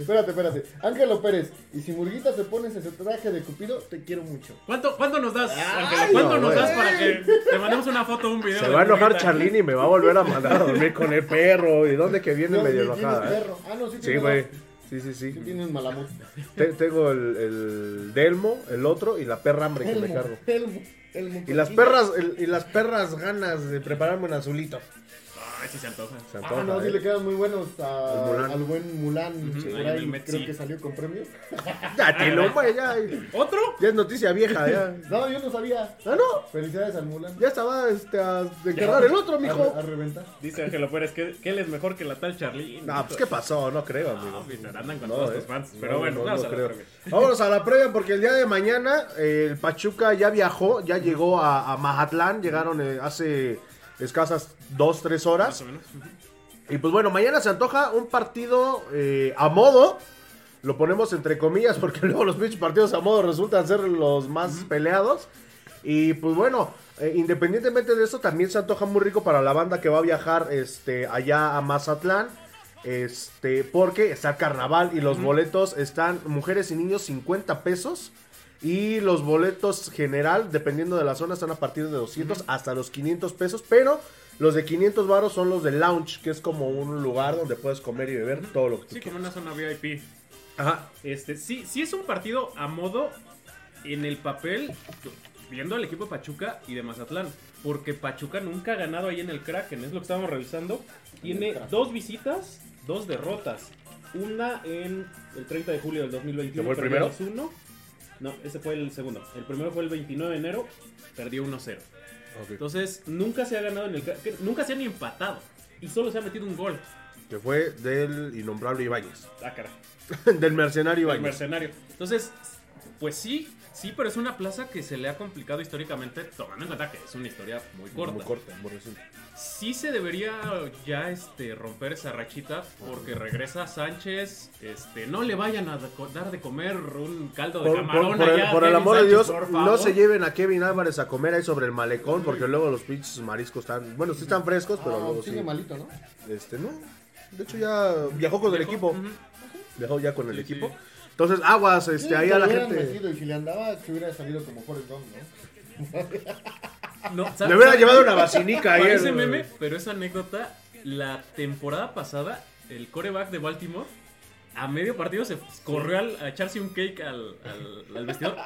S3: Espérate, espérate. Ángelo Pérez, y si Murguita te pones ese traje de Cupido, te quiero mucho.
S2: ¿Cuánto, ¿Cuánto nos das, Ángel? ¿Cuánto
S1: no,
S2: nos
S1: güey.
S2: das para que te mandemos una foto o un video?
S1: Se
S2: de
S1: va a
S2: tu
S1: enojar
S2: vida?
S1: Charlene y me va a volver a mandar a dormir con el perro. ¿Y dónde que viene
S3: No,
S1: medio
S3: ni tienes
S1: enojada? eh?
S3: perro. Ah, no, sí,
S1: Sí,
S3: tienes
S1: güey.
S3: dos.
S1: Sí, sí,
S3: Sí
S1: sí.
S3: tienes malamut.
S1: Te- tengo el, el Delmo, el otro y la perra hambre que me
S3: Elmo,
S1: cargo.
S3: Elmo, Elmo.
S1: Y las perras, el- y las perras ganas de prepararme un azulito.
S2: Ay, sí se antoja.
S1: Se
S3: Ah,
S1: antoja,
S3: no, sí
S1: eh.
S3: le quedan muy buenos a-
S1: Al Mulán.
S3: al buen Mulan.
S2: Ujú, ahí en el Met,
S3: creo
S2: sí.
S3: que salió con premios.
S1: Dátelo, güey, ya.
S2: ¿Otro?
S1: Ya es noticia vieja, ya.
S3: No, yo no sabía.
S1: Ah, no.
S3: Felicidades al Mulan.
S1: Ya estaba este, a encargar el otro, mijo.
S3: A, a reventar.
S2: Dice Ángel Pérez que, que él es mejor que la tal Charlene.
S1: No, pues qué pasó, no creo, amigo.
S2: No, pues, andan con
S1: No,
S2: todos
S1: eh.
S2: tus fans.
S1: No,
S2: Pero bueno,
S1: no,
S2: vamos
S1: no
S2: a la
S1: creo.
S2: previa.
S1: Vámonos a la previa porque el día de mañana eh, el Pachuca ya viajó, ya llegó a, a Mazatlán, llegaron eh, hace escasas 2, 3
S2: Más
S1: horas.
S2: o menos.
S1: Y pues bueno, mañana se antoja un partido eh, a modo. Lo ponemos entre comillas porque luego los pinches partidos a modo resultan ser los más peleados. Y pues bueno, eh, independientemente de eso, también se antoja muy rico para la banda que va a viajar este, allá a Mazatlán. Este, porque está el carnaval y los boletos están mujeres y niños 50 pesos. Y los boletos general, dependiendo de la zona, están a partir de 200 hasta los 500 pesos. Pero los de 500 varos son los de lounge, que es como un lugar donde puedes comer y beber todo lo que tú
S2: Sí,
S1: quieras.
S2: como una zona VIP.
S1: Ajá.
S2: Este, sí, sí es un partido a modo en el papel, viendo al equipo de Pachuca y de Mazatlán. Porque Pachuca nunca ha ganado ahí en el Kraken, es lo que estábamos revisando. Tiene
S3: Kraken.
S2: dos visitas, dos derrotas. Una en el 30 de julio del 2021.
S1: ¿Que fue el
S2: perdió
S1: primero?
S2: 2-1. No, ese fue el segundo. El primero fue el 29 de enero, perdió 1-0. Entonces, nunca se ha ganado en el Kraken, nunca se han empatado. Y solo se ha metido un gol.
S1: Que fue del innombrable Ibáñez.
S2: Ah, caray.
S1: del mercenario
S2: El
S1: Ibáñez.
S2: mercenario. Entonces, pues sí, sí, pero es una plaza que se le ha complicado históricamente, tomando en cuenta que es una historia muy corta.
S1: Muy corta, muy reciente.
S2: Sí se debería ya este, romper esa rachita, porque regresa Sánchez, este, no le vayan a co- dar de comer un caldo de
S1: Por,
S2: camarón
S1: por- por el,
S2: allá a
S1: por el
S2: Kevin
S1: amor de
S2: Sánchez,
S1: Dios,
S2: por
S1: no
S2: favor.
S1: se lleven a Kevin Álvarez a comer ahí sobre el malecón, porque luego los pinches mariscos están, bueno, sí están frescos, pero
S3: Ah,
S1: luego sí.
S3: sigue malito, ¿no?
S1: Este, no. De hecho ya viajó con el
S2: Viajó,
S1: equipo.
S2: ujú.
S1: Viajó ya con el
S2: Sí, sí.
S1: equipo. Entonces, aguas, este,
S3: Sí,
S1: ahí
S3: que
S1: a la
S3: lo hubieran
S1: gente.
S3: metido y si le andaba, se hubiera salido como Forrest Gump, ¿no?
S2: No, ¿sabes?
S1: Le hubiera llevado una vacinica ahí.
S2: Parece
S1: el-
S2: meme, pero esa anécdota la temporada pasada, el coreback de Baltimore, a medio partido se corrió al- a echarse un cake al, al- al vestidor.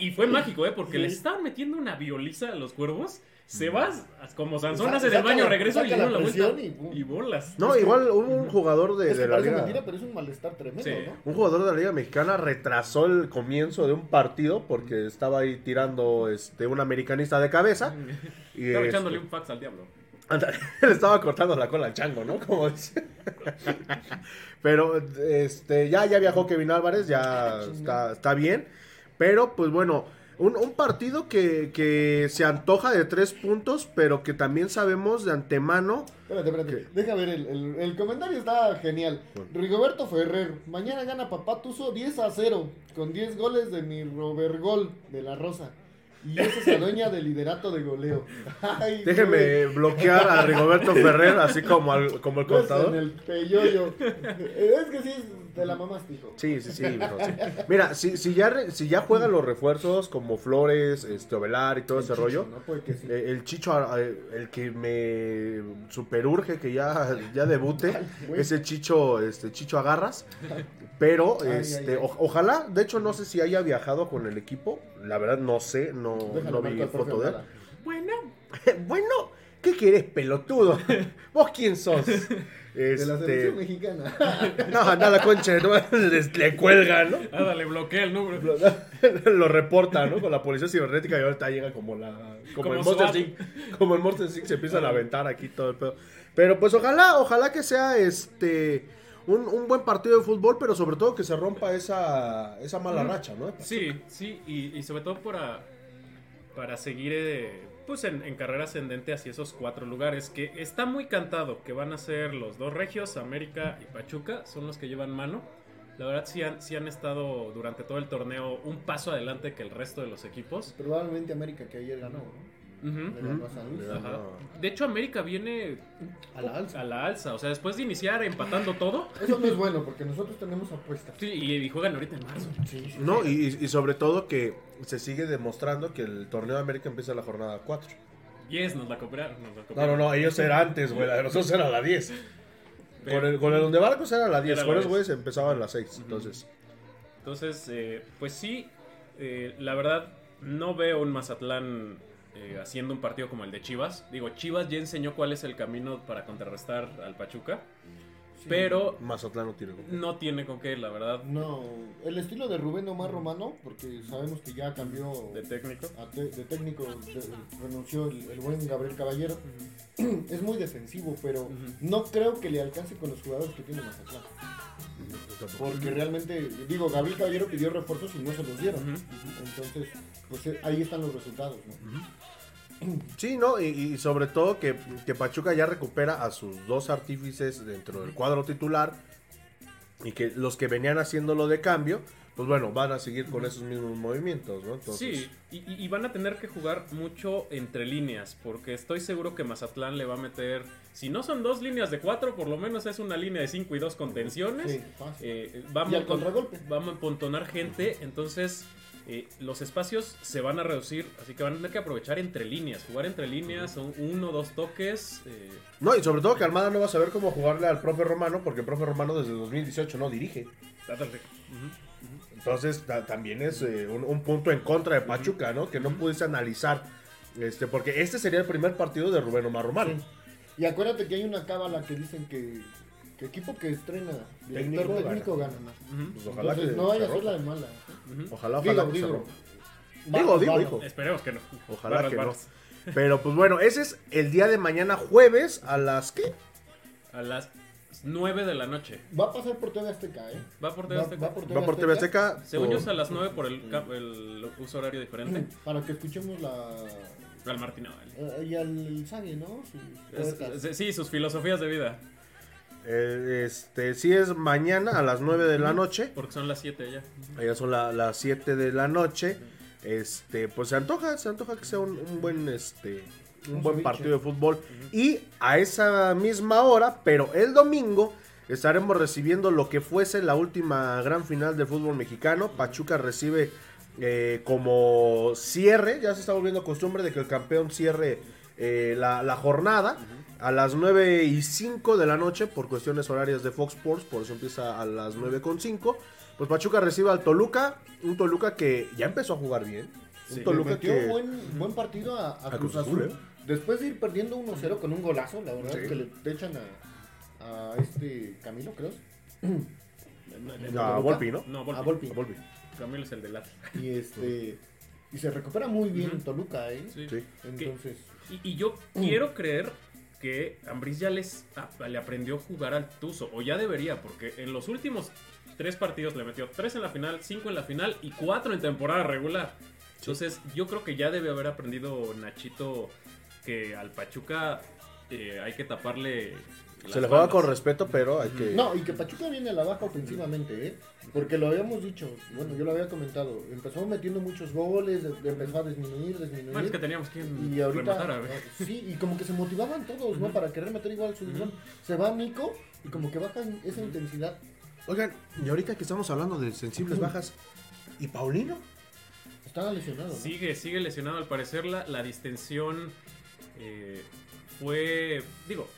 S2: Y, y fue mágico, ¿eh? Porque le estaban metiendo una violiza a los cuervos. Se va, como Sansón
S3: Mm. Sa-
S2: hace del
S3: saca
S2: baño,
S3: la-
S2: regreso y le
S3: saca la
S2: dieron la vuelta.
S3: presión y pum.
S2: Y bolas.
S1: No, igual hubo un jugador de,
S3: Es que
S1: de la
S3: parece
S1: liga.
S3: mentira, pero es un malestar tremendo,
S2: Sí.
S3: ¿no?
S1: Un jugador de la Liga Mexicana retrasó el comienzo de un partido porque estaba ahí tirando este, un americanista de cabeza. Y
S2: Estaba
S1: este,
S2: echándole un fax al diablo.
S1: Anda, le estaba cortando la cola al chango, ¿no? Como dice. Pero este, ya, ya viajó Kevin Álvarez, ya está, está bien. Pero pues bueno, un, un partido que, que se antoja de tres puntos, pero que también sabemos de antemano.
S3: Espérate, espérate. Deja ver, el, el- el comentario está genial. Rigoberto Ferrer, mañana gana Papá Tuzo 10 a 0, con 10 goles de mi Robert Gol de la Rosa. Y eso se adueña del liderato de goleo. Ay, güey.
S1: Déjeme bloquear a Rigoberto Ferrer, así como, al- como el
S3: Pues, en
S1: contador.
S3: el peyoyo. Eh, es que sí, te la mamaste, hijo.
S1: Sí, sí, sí. hijo, sí. Mira, si, si, ya, re- si ya juegan los refuerzos como Flores, este, Ovelar y todo ese rollo.
S3: No puede que sí.
S1: Eh, El Chicho, ah, eh, el que me superurge que ya, ya debute,
S3: güey.
S1: ese Chicho, este Chicho Agarras. Pero
S3: Ay, ay,
S1: este,
S3: ay.
S1: o- ojalá, de hecho no sé si haya viajado con el equipo, la verdad no sé, no, no
S3: Déjale, marco
S1: vi
S3: al profe
S1: foto de él.
S3: Lara.
S2: Bueno.
S1: bueno, ¿qué quieres, pelotudo? ¿Vos quién sos?
S3: De la selección
S1: Este,
S3: mexicana.
S1: no, nada, concha, de tu madre, le, le cuelga, ¿no?
S2: Ah, dale, bloquea el número.
S1: lo reporta, ¿no? Con la policía cibernética y ahorita llega como la. Como,
S2: Como
S1: el Monster
S2: SWAT.
S1: Inc. Como el Monster Inc. se empiezan a aventar aquí todo el pedo. Pero pues ojalá, ojalá que sea este. Un, un buen partido de fútbol, pero sobre todo que se rompa esa, esa mala racha, ¿no?
S2: Sí, sí, y, y sobre todo para, para seguir eh, pues en, en carrera ascendente hacia esos cuatro lugares, que está muy cantado, que van a ser los dos regios, América y Pachuca, son los que llevan mano. La verdad sí han, sí han estado durante todo el torneo un paso adelante que el resto de los equipos.
S3: Probablemente América que ayer ganó, ¿no?
S2: Ujú.
S3: Le ganó a San Luis.
S1: Le ganó.
S2: Ajá.
S1: No.
S2: De hecho, América viene
S3: A la alza.
S2: a la alza. O sea, después de iniciar empatando todo.
S3: Eso no es bueno porque nosotros tenemos apuestas.
S2: Sí, y, y juegan ahorita en marzo.
S3: Sí, sí.
S1: No, y, y sobre todo que se sigue demostrando que el torneo de América empieza la jornada 4.
S2: Yes, nos la cooperaron. Nos la
S1: No, no,
S2: cooperaron.
S1: no, ellos eran antes, güey. La de nosotros era la 10. Con el, con el donde barcos era la 10.
S2: Era la
S1: con los
S2: 10.
S1: güeyes empezaban las 6. Entonces,
S2: Entonces, eh, pues sí, eh, la verdad no veo un Mazatlán eh, haciendo un partido como el de Chivas. Digo, Chivas ya enseñó cuál es el camino para contrarrestar al Pachuca, pero
S1: Mazatlán no tiene. gol.
S2: no tiene con qué, la verdad,
S3: No, el estilo de Rubén Omar Romano, porque sabemos que ya cambió
S2: de técnico.
S3: a te- de técnico, de- renunció el, el buen Gabriel Caballero. Es muy defensivo, pero
S2: Ujú.
S3: no creo que le alcance con los jugadores que tiene Mazatlán. Porque realmente, digo, Gabriel Caballero pidió refuerzos y no se los dieron.
S2: Ujú.
S3: Entonces, pues eh, ahí están los resultados, ¿no?
S1: Sí, ¿no? Y, y sobre todo que, que Pachuca ya recupera a sus dos artífices dentro del cuadro titular y que los que venían haciéndolo de cambio, pues bueno, van a seguir con esos mismos movimientos, ¿no? Entonces,
S2: Sí, y, y- y van a tener que jugar mucho entre líneas, porque estoy seguro que Mazatlán le va a meter, si no son dos líneas de cuatro, por lo menos es una línea de cinco y dos contenciones.
S3: Sí, fácil.
S2: Eh,
S3: Y
S2: vamos,
S3: al
S2: a-
S3: contragolpe.
S2: vamos a empontonar gente, entonces eh, los espacios se van a reducir, así que van a tener que aprovechar entre líneas, jugar entre líneas, son uno, dos toques. eh,
S1: No, y sobre todo que Armada no va a saber cómo jugarle al profe Romano porque el profe Romano desde 2018 no dirige.
S2: ándale.
S1: Entonces ta- también es eh, un, un punto en contra de Pachuca, ¿no? Que no pudiste analizar, este, porque este sería el primer partido de Rubén Omar Romano.
S3: Sí. Y acuérdate que hay una cábala que dicen que, que equipo que estrena director
S1: Técnico
S3: técnico, gana más.
S2: Ujú,
S1: Pues ojalá
S3: Entonces,
S1: que
S3: no
S1: se
S3: vaya a ser
S1: rompa.
S3: la de mala. ¿eh?
S2: ujú.
S1: Ojalá, ojalá que se
S3: digo.
S1: rompa. Digo, digo,
S3: Barras,
S1: hijo.
S3: barras.
S2: Esperemos que no.
S1: Ojalá
S2: Barras,
S1: que no.
S2: barras.
S1: Pero pues bueno, ese es el día de mañana jueves a las ¿qué?
S2: A las 9 de la noche.
S3: Va a pasar por TV Azteca, ¿eh?
S2: Va por TV
S3: Va,
S2: Azteca.
S3: va por TV
S1: Va por TV Azteca.
S2: Según
S1: por-
S2: yo es a las 9 por el, ca- el uso horario diferente.
S3: Para que escuchemos la...
S2: Al Martín Abel.
S3: eh, y al Sage, ¿no? Sus
S2: Es-
S3: poetas.
S2: es- sí, sus filosofías de vida.
S1: eh, este, sí es mañana a las 9 de la noche.
S2: Porque son las 7 ya.
S1: Ya son la- las 7 de la noche. Este, pues se antoja, se antoja que sea un, un buen este un,
S3: Un
S1: buen
S3: ceviche.
S1: partido de fútbol y a esa misma hora, pero el domingo estaremos recibiendo lo que fuese la última gran final del fútbol mexicano. Pachuca recibe eh, como cierre, ya se está volviendo costumbre de que el campeón cierre eh, la, la jornada a las 9 y 5 de la noche por cuestiones horarias de Fox Sports, por eso empieza a las 9 con 5. Pues Pachuca recibe al Toluca, un Toluca que ya empezó a jugar bien. Un
S2: Sí.
S1: Toluca
S3: metió
S1: que...
S3: buen, buen partido a, a
S1: A
S3: Cruz,
S1: Cruz
S3: Azul.
S1: Azul, ¿eh?
S3: Después de ir perdiendo 1-0 con un golazo, la verdad,
S1: Sí.
S3: que le echan a, a este Camilo, creo.
S1: A
S3: Toluca.
S1: Volpi, ¿no?
S2: No, Volpi.
S3: A Ah, Volpi.
S1: A Volpi.
S2: Camilo es el del Atlas.
S3: Y este. Y se recupera muy bien
S2: Ujú.
S3: Toluca, ¿eh?
S2: Sí.
S1: Sí.
S3: Entonces.
S2: Y, y yo
S1: Mm.
S2: quiero creer que Ambriz ya les, a- le aprendió a jugar al Tuzo, o ya debería, porque en los últimos tres partidos le metió tres en la final, cinco en la final y cuatro en temporada regular. Entonces yo creo que ya debe haber aprendido Nachito que al Pachuca eh, hay que taparle... las
S1: Se le juega
S2: bandas.
S1: con respeto, pero hay que...
S3: No, y que Pachuca viene a la baja ofensivamente, ¿eh? Porque lo habíamos dicho, bueno, yo lo había comentado. Empezó metiendo muchos goles, de- empezó a disminuir, disminuir.
S2: Bueno, es que teníamos que
S3: Y ahorita.
S2: rematar a ver.
S3: eh, Sí, y como que se motivaban todos, ¿no? Para querer meter igual su gol. Se va Nico y como que bajan esa intensidad.
S1: Oigan, y ahorita que estamos hablando de sensibles bajas, ¿y Paulino?
S3: Estaba lesionado. ¿no?
S2: Sigue, sigue lesionado. Al parecer la, la distensión eh, fue, digo,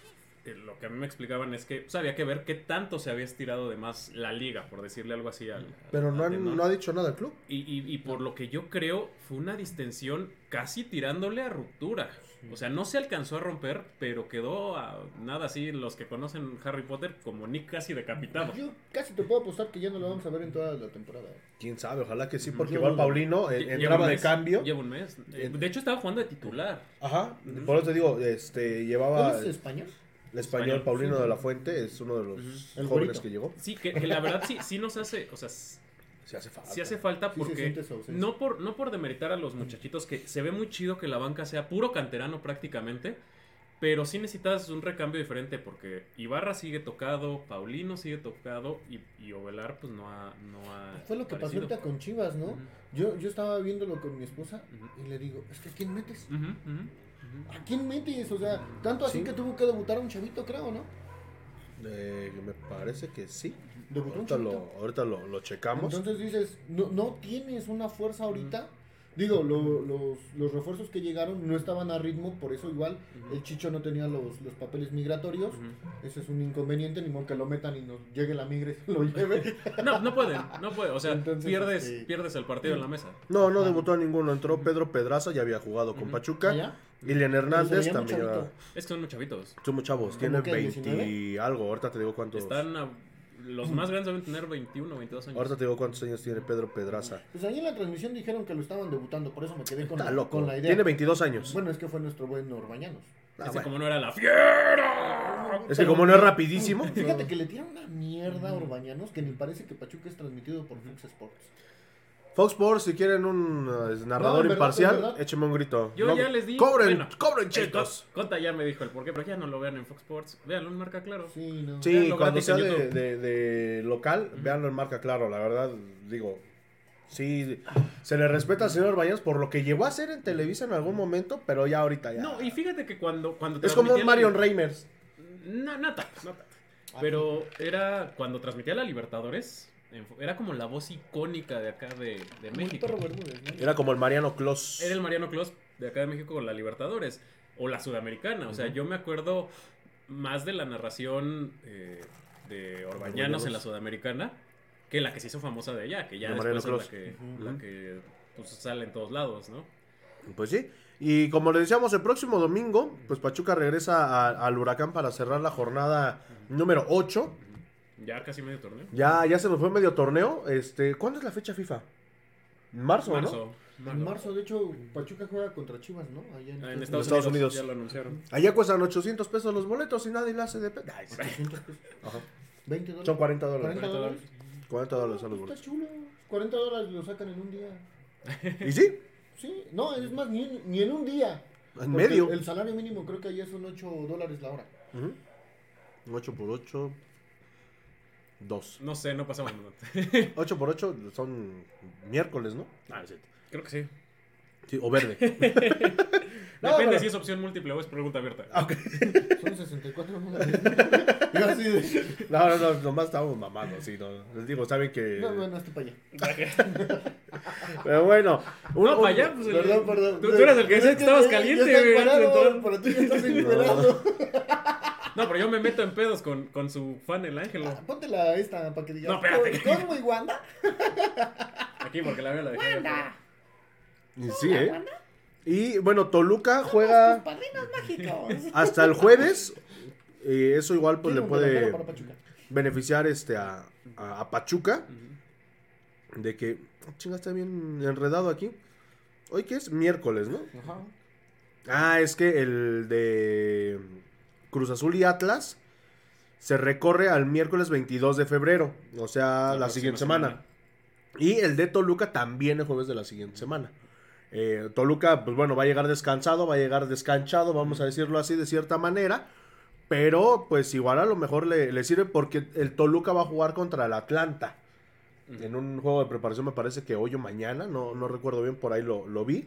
S2: eh, lo que a mí me explicaban es que pues, había que ver qué tanto se había estirado de más la liga, por decirle algo así al...
S1: Pero
S2: al
S1: no, han-
S2: tenor.
S1: no ha dicho nada el club.
S2: Y, y- y por lo que yo creo, fue una distensión casi tirándole a ruptura. O sea, no se alcanzó a romper, pero quedó a nada así. Los que conocen Harry Potter, como Nick casi decapitado.
S3: Yo casi te puedo apostar que ya no lo vamos a ver en toda la temporada. ¿eh?
S1: Quién sabe, ojalá que sí, porque
S3: Yo
S1: igual
S3: dudo.
S1: Paulino eh,
S2: Lle- lleva
S1: entraba
S2: un
S1: de
S2: mes,
S1: cambio.
S2: Lleva un mes. Eh,
S1: En-
S2: De hecho, estaba jugando de titular.
S1: Ajá, por eso te digo, este, llevaba
S3: ¿Él Pues es español?
S1: el español
S2: español,
S1: Paulino
S3: sí.
S1: de la Fuente, es uno de los
S2: Ujú.
S3: El
S1: jóvenes
S3: güerito.
S1: que llegó.
S2: Sí, que, que la verdad sí, sí nos hace, o sea, s-
S1: Se hace falta.
S2: sí hace falta
S3: Sí se
S2: porque
S3: siente su ausencia.
S2: no por no por demeritar a los muchachitos que se ve muy chido que la banca sea puro canterano prácticamente, pero sí necesitas un recambio diferente porque Ibarra sigue tocado, Paulino sigue tocado y, y Ovelar pues no ha no ha
S3: Pues Fue lo que pasó
S2: aparecido.
S3: ahorita con Chivas, ¿no?
S2: Ujú,
S3: Yo, yo estaba viéndolo con mi esposa
S2: Ujú.
S3: y le digo, es que ¿a quién metes?
S2: ujú, ujú, ujú.
S3: ¿A quién metes? O sea, tanto así
S1: Sí.
S3: que tuvo que debutar a un chavito, creo, ¿no?
S1: Eh, me parece que sí.
S3: Debutó un
S1: Ahorita
S3: chavito.
S1: lo, ahorita lo, lo checamos.
S3: Entonces dices, no, no tienes una fuerza ahorita. Digo, lo- los, los refuerzos que llegaron no estaban a ritmo, por eso igual
S2: Ujú.
S3: el Chicho no tenía los, los papeles migratorios.
S2: Ujú.
S3: Ese es un inconveniente, ni modo que lo metan y nos llegue la migre y se lo lleve.
S2: No, no pueden, no pueden, o sea,
S3: Entonces,
S2: pierdes
S3: este-
S2: pierdes el partido en la mesa.
S1: no,
S3: Ah.
S1: no debutó a ninguno. Entró Pedro Pedraza, ya había jugado con
S2: Ujú.
S1: Pachuca.
S3: ¿Allá?
S1: Lilian
S3: Pero Ah, Pues se
S1: Hernández
S3: veía muy
S1: también.
S3: chavito.
S1: era-
S2: Es que son muy chavitos.
S1: Son muy chavos,
S3: ¿Cómo
S1: tienen
S3: que,
S1: 20 y
S3: 19?
S1: algo. Ahorita te digo cuántos.
S2: Están a- los más grandes deben tener 21 o 22 años.
S1: Ahorita te digo cuántos años tiene Pedro Pedraza.
S3: Pues ahí en la transmisión dijeron que lo estaban debutando, por eso me quedé con,
S1: Está
S3: la,
S1: loco.
S3: con la idea.
S1: Tiene 22 años.
S3: Bueno, es que fue nuestro buen Norbañanos.
S1: Ah,
S2: Ese
S1: bueno.
S2: como no era la fiera.
S1: Es que como no es rapidísimo.
S3: Fíjate que le tiran una mierda a Orbañanos que ni parece que Pachuca es transmitido por Fox Sports.
S1: Fox Sports, si quieren un eh,
S3: No, en
S1: narrador
S3: verdad, en
S1: imparcial,
S3: verdad.
S1: écheme un grito.
S2: Yo
S1: No,
S2: ya les di.
S1: Cobren,
S2: bueno,
S1: cobren
S2: el
S1: chetos.
S2: Cot- Cota ya me dijo el porqué, pero ya no lo vean en Fox Sports. Véanlo en marca claro.
S3: Sí, no.
S1: Sí,
S2: Véanlo
S1: cuando
S2: gratis
S1: sea
S2: en
S1: de,
S2: YouTube.
S1: de- de local, véanlo en marca claro, la verdad, digo. Sí, se le respeta al señor Bañas por lo que llegó a ser en Televisa en algún momento, pero ya ahorita ya.
S2: No, y fíjate que cuando. cuando
S1: es como un
S2: transmitían-
S1: Marion Ah. Reimers.
S2: No, no tanto, no tanto.
S3: Ah,
S2: Pero era cuando transmitía la Libertadores. en Fo- Era como la voz icónica de acá de, de
S3: Muy
S2: México.
S3: perro Bermúdez, ¿no?
S1: Era como el Mariano Clos.
S2: Era el Mariano Clos de acá de México con la Libertadores o la Sudamericana. O sea, yo me acuerdo más de la narración eh, de Orbañanos
S1: Orbañanos.
S2: en la Sudamericana que la que se hizo famosa de allá, que ya
S1: De
S2: después es
S1: Mariano
S2: la que,
S1: Ujú.
S2: la que pues, sale en todos lados, ¿no?
S1: Pues sí. Y como le decíamos, el próximo domingo, pues Pachuca regresa a- al Huracán para cerrar la jornada número 8.
S2: Ya casi medio torneo.
S1: Ya, ya se nos fue medio torneo. Este, ¿cuándo es la fecha FIFA? Marzo, ¿no?
S2: marzo.
S3: En marzo, de hecho, Pachuca juega contra Chivas, ¿no? Allá
S2: Ah,
S3: en,
S2: En Estados,
S1: Estados
S2: Unidos,
S1: Unidos.
S2: Ya lo anunciaron.
S1: Allá cuestan 800 pesos los boletos y nadie le hace de pe- Ay, sí.
S3: 800 pesos.
S1: Ajá.
S3: 20 dólares.
S1: Son 40 dólares.
S3: 40 dólares.
S1: 40 dólares son los
S3: Está
S1: boletos.
S3: chulo. 40 dólares lo sacan en un día.
S1: ¿Y sí?
S3: Sí, no, es más, ni, en- ni en un día.
S1: En
S3: Porque
S1: medio.
S3: El, el salario mínimo creo que allá son 8 dólares la hora.
S1: 8 por 8. 2.
S2: No sé, no pasamos nada.
S1: 8 por 8 son miércoles, ¿no?
S3: Ah,
S2: Creo que sí.
S1: Sí, o verde. No,
S2: Depende
S1: pero-
S2: si es opción múltiple o es pregunta abierta.
S1: Ah, ok.
S3: Son 64 dólares. Yo así de.
S1: No, no, no, nomás estábamos mamando, sí, no. Les digo, saben que.
S3: No, bueno, hasta para allá.
S1: Pero bueno. un-
S2: No,
S1: un-
S2: para allá, pues. el-
S3: Perdón, perdón.
S2: Tú, tú eras el que
S3: Pero
S2: decía
S3: es
S2: que estabas
S3: yo- yo
S2: caliente,
S3: estaba
S2: güey,
S3: encuerado,
S2: entonces-
S3: Pero tú ya estás encuerado.
S2: No, pero yo me meto en pedos con, con su fan, el Ángelo.
S3: Ah, Ponte la esta para que digas.
S2: No, espérate.
S3: Cosmo y Wanda.
S2: Aquí, porque la veo la dejé. allá afuera.
S1: Sí, ¿eh? Y bueno, Toluca
S4: Somos
S1: juega
S4: tus padrinos
S2: Pues
S4: mágicos.
S1: hasta el jueves. Eh, eso igual pues le
S3: Quiero un delantero
S1: puede
S3: para Pachuca.
S1: beneficiar este a, a- a Pachuca
S2: Ujú.
S1: de que oh, chinga está bien enredado aquí. Hoy que es miércoles, ¿no?
S3: Ajá.
S1: Ah, es que el de Cruz Azul y Atlas se recorre al miércoles 22 de febrero, o sea, la,
S2: próxima
S1: siguiente semana. Y el de Toluca también el jueves de la siguiente semana. Eh, Toluca, pues bueno, va a llegar descansado, va a llegar descanchado, vamos a decirlo así de cierta manera. Pero pues igual a lo mejor le, le sirve porque el Toluca va a jugar contra el Atlanta.
S2: Ujú.
S1: En un juego de preparación me parece que hoy o mañana, no, no recuerdo bien, por ahí lo, lo vi.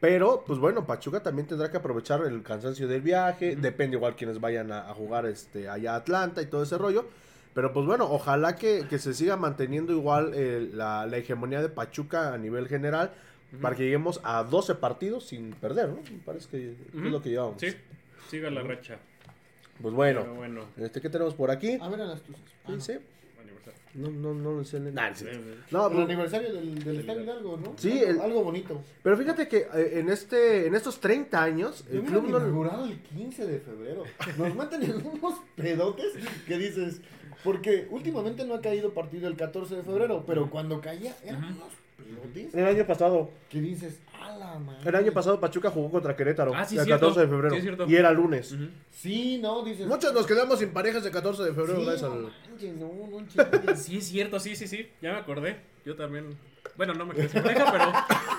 S1: Pero, pues bueno, Pachuca también tendrá que aprovechar el cansancio del viaje.
S2: Ujú.
S1: Depende igual quienes vayan a, a jugar este, allá a Atlanta y todo ese rollo. Pero pues bueno, ojalá que, que se siga manteniendo igual eh, la, la hegemonía de Pachuca a nivel general.
S2: Ujú.
S1: Para que lleguemos a 12 partidos sin perder, ¿no? Me parece que
S2: Ujú.
S1: es lo que llevamos.
S2: Sí, siga la racha.
S1: Pues
S2: Pero
S1: bueno,
S2: bueno,
S1: este, ¿qué tenemos por aquí?
S3: A ver a las tusas. Ah, no.
S1: Dice-
S2: aniversario.
S1: No, no, no, no sé. Nah, Ah, sí.
S2: Eh,
S1: No, pues,
S3: El
S1: pero-
S3: Ah, aniversario del, del Estadio Hidalgo, ¿no?
S1: Sí,
S3: Algo,
S1: el-
S3: algo bonito.
S1: Pero fíjate que eh, en este en estos 30 años el
S3: Lo
S1: club
S3: hubieran
S1: no
S3: inaugurado el 15 de febrero. Nos matan en unos pedotes que dices. Porque últimamente no ha caído partido el 14 de febrero, pero cuando caía eran
S2: Ajá.
S3: unos pedotes
S1: el año pasado,
S3: que dices, a la madre.
S1: el año pasado Pachuca jugó contra Querétaro
S2: Ah, sí,
S1: el
S2: cierto.
S1: 14 de febrero
S2: Sí, es cierto.
S1: y era lunes.
S2: ujú.
S3: Sí, no, dices.
S1: Muchos nos quedamos sin parejas el 14 de febrero
S3: sí,
S1: gracias
S3: no
S1: al
S3: manches, no, no chingues.
S2: Sí, es cierto, sí, sí, sí. Ya me acordé. Yo también. Bueno, no me quedé sin pareja, pero,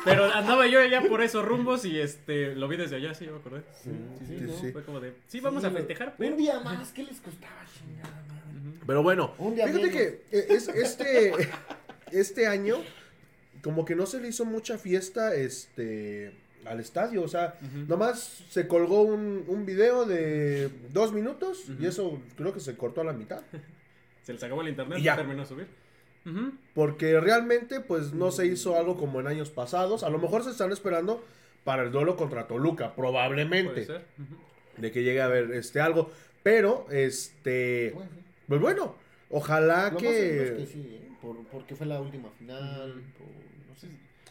S2: pero andaba yo allá por esos rumbos y este lo vi desde allá, sí, ya me acordé.
S3: Sí,
S1: sí,
S2: ¿no?
S1: sí.
S2: Fue como de, sí, vamos
S3: Sí,
S2: a festejar, pero.
S3: Un día más, ¿qué les costaba, chingada madre?
S2: Ujú.
S1: Pero bueno,
S3: Un día
S1: fíjate
S3: menos.
S1: que eh, es, este este año como que no se le hizo mucha fiesta este al estadio, o sea,
S2: Ujú.
S1: nomás se colgó un, un video de dos minutos
S2: Ujú.
S1: y eso creo que se cortó a la mitad.
S2: Se les acabó el internet
S1: Y
S2: y
S1: ya.
S2: terminó de subir. Ujú.
S1: Porque realmente, pues no se hizo algo como en años pasados. A lo mejor se están esperando para el duelo contra Toluca,
S2: Puede
S1: probablemente.
S2: ser. Ujú.
S1: De que llegue a haber este, algo. Pero, este.
S3: Bueno, sí.
S1: Pues bueno, ojalá
S3: Lo más seguro es que
S1: que.
S3: sí, ¿eh? Por, porque fue la última final, por, no sé,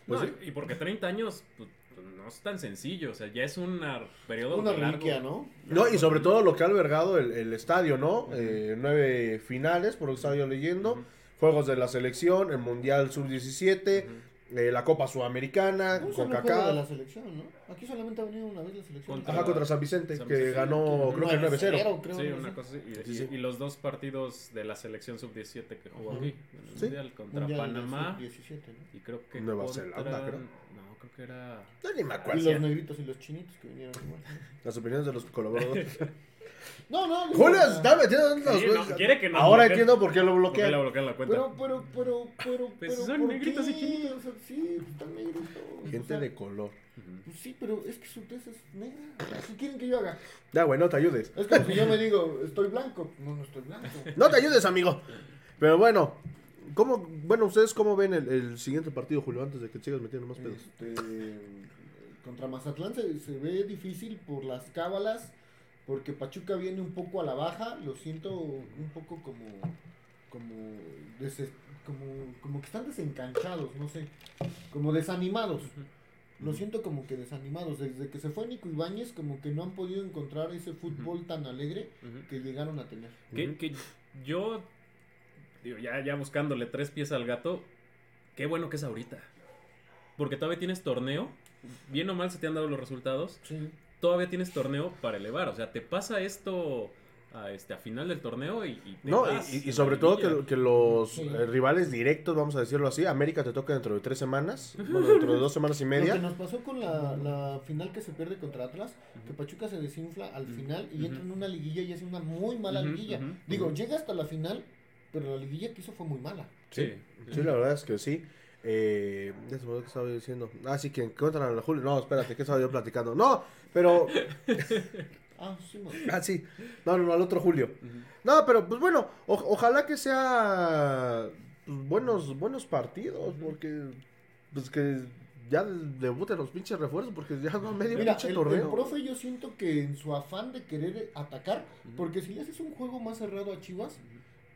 S1: Pues
S2: No,
S1: sí.
S2: Y porque 30 años pues, no es tan sencillo, o sea, ya es un periodo
S3: una
S2: largo.
S3: reliquia, ¿no?
S1: No, y sobre todo lo que ha albergado el, el estadio, ¿no? Eh, nueve finales, por lo que estaba yo leyendo.
S2: Ujú.
S1: Juegos de la selección, el Mundial Sub-17, eh, la Copa Sudamericana,
S3: No
S1: con
S3: solo juego Ah, de la
S1: Kaká.
S3: selección, ¿no? Aquí solamente ha venido una vez la selección.
S2: Contra-
S1: Ajá, contra San Vicente,
S2: San
S1: que
S2: Vicente.
S1: ganó, creo que 9-0.
S3: 9-0, creo,
S2: Sí,
S3: no
S2: una
S3: sé.
S2: cosa así. Y,
S1: Sí, sí.
S2: y- y los dos partidos de la selección sub-17 que jugó
S3: Ajá.
S2: aquí en el
S1: Sí.
S2: Mundial contra
S3: Mundial del
S2: Panamá.
S3: 17, ¿no?
S2: Y creo que.
S1: Nueva
S2: contra-
S1: Zelanda, creo.
S2: No, creo que era.
S1: Yo ni me
S3: Y
S1: acuerdo.
S3: los negritos y los chinitos que vinieron igual.
S1: Las opiniones de los colaboradores.
S3: No, no. digo,
S1: Julio
S3: o
S1: se
S3: sea,
S1: está metiendo en
S2: Sí,
S1: los-
S2: no, quiere que nos
S1: Ahora
S2: bloqueen.
S1: entiendo por qué lo
S2: ¿Por qué le
S1: bloquea.
S2: bloquearon la cuenta?
S3: Pero, pero, pero, pero,
S2: Pues
S3: pero,
S2: son
S3: ¿por
S2: negritos y
S3: qué?
S2: chinitos.
S3: O sea, sí, pues, están negritos. o
S1: Gente
S3: sea,
S1: de color.
S2: Ujú.
S3: pues sí, pero es que su tez es negra. O sea, ¿Qué quieren que yo haga?
S1: Ya, güey, no te ayudes.
S3: Es como si yo me digo, estoy blanco. No, no estoy blanco.
S1: No te ayudes, amigo. Pero bueno, ¿cómo, bueno, ¿ustedes cómo ven el, el siguiente partido, Julio, antes de que sigas metiendo más pedos?
S3: Este, contra Mazatlán se, se ve difícil por las cábalas, porque Pachuca viene un poco a la baja, lo siento un poco como como dese- como, como que están desencanchados, no sé, como desanimados. Lo siento como que desanimados. Desde que se fue Nico Ibáñez, como que no han podido encontrar ese fútbol tan alegre
S2: Ujú.
S3: que llegaron a tener.
S2: Que, que yo, digo, ya, ya buscándole tres pies al gato, qué bueno que es ahorita. Porque todavía tienes torneo, bien o mal se te han dado los resultados,
S3: Sí.
S2: todavía tienes torneo para elevar. O sea, te pasa esto a, este, a final del torneo y, y te
S1: No,
S2: vas
S1: y, y
S2: a
S1: sobre
S2: la
S1: todo
S2: liguilla.
S1: que, que los
S3: Sí.
S1: eh, rivales directos, vamos a decirlo así, América te toca dentro de tres semanas, bueno, dentro de dos semanas y
S3: Lo que
S1: media.
S3: nos pasó con la, la final que se pierde contra Atlas, que Pachuca se desinfla al final y
S2: Ujú.
S3: entra en una liguilla y hace una muy mala
S2: Ujú,
S3: liguilla.
S2: ujú.
S3: Digo, llega hasta la final, pero la liguilla que hizo fue muy mala.
S2: Sí.
S1: Sí, la verdad es que sí. Eh, ya se me olvidó qué estaba yo diciendo. Ah, sí, que encuentran a la Julio. No, espérate, ¿qué estaba yo platicando? No, pero
S3: Ah, sí, man.
S1: Ah, sí. No, no, no, al otro Julio. No, pero pues bueno, o- ojalá que sea pues, buenos, buenos partidos, porque pues que ya debuten los pinches refuerzos, porque ya va medio
S3: Mira,
S1: pinche
S3: el,
S1: torneo.
S3: el profe yo siento que en su afán de querer atacar, porque si le haces un juego más cerrado a Chivas,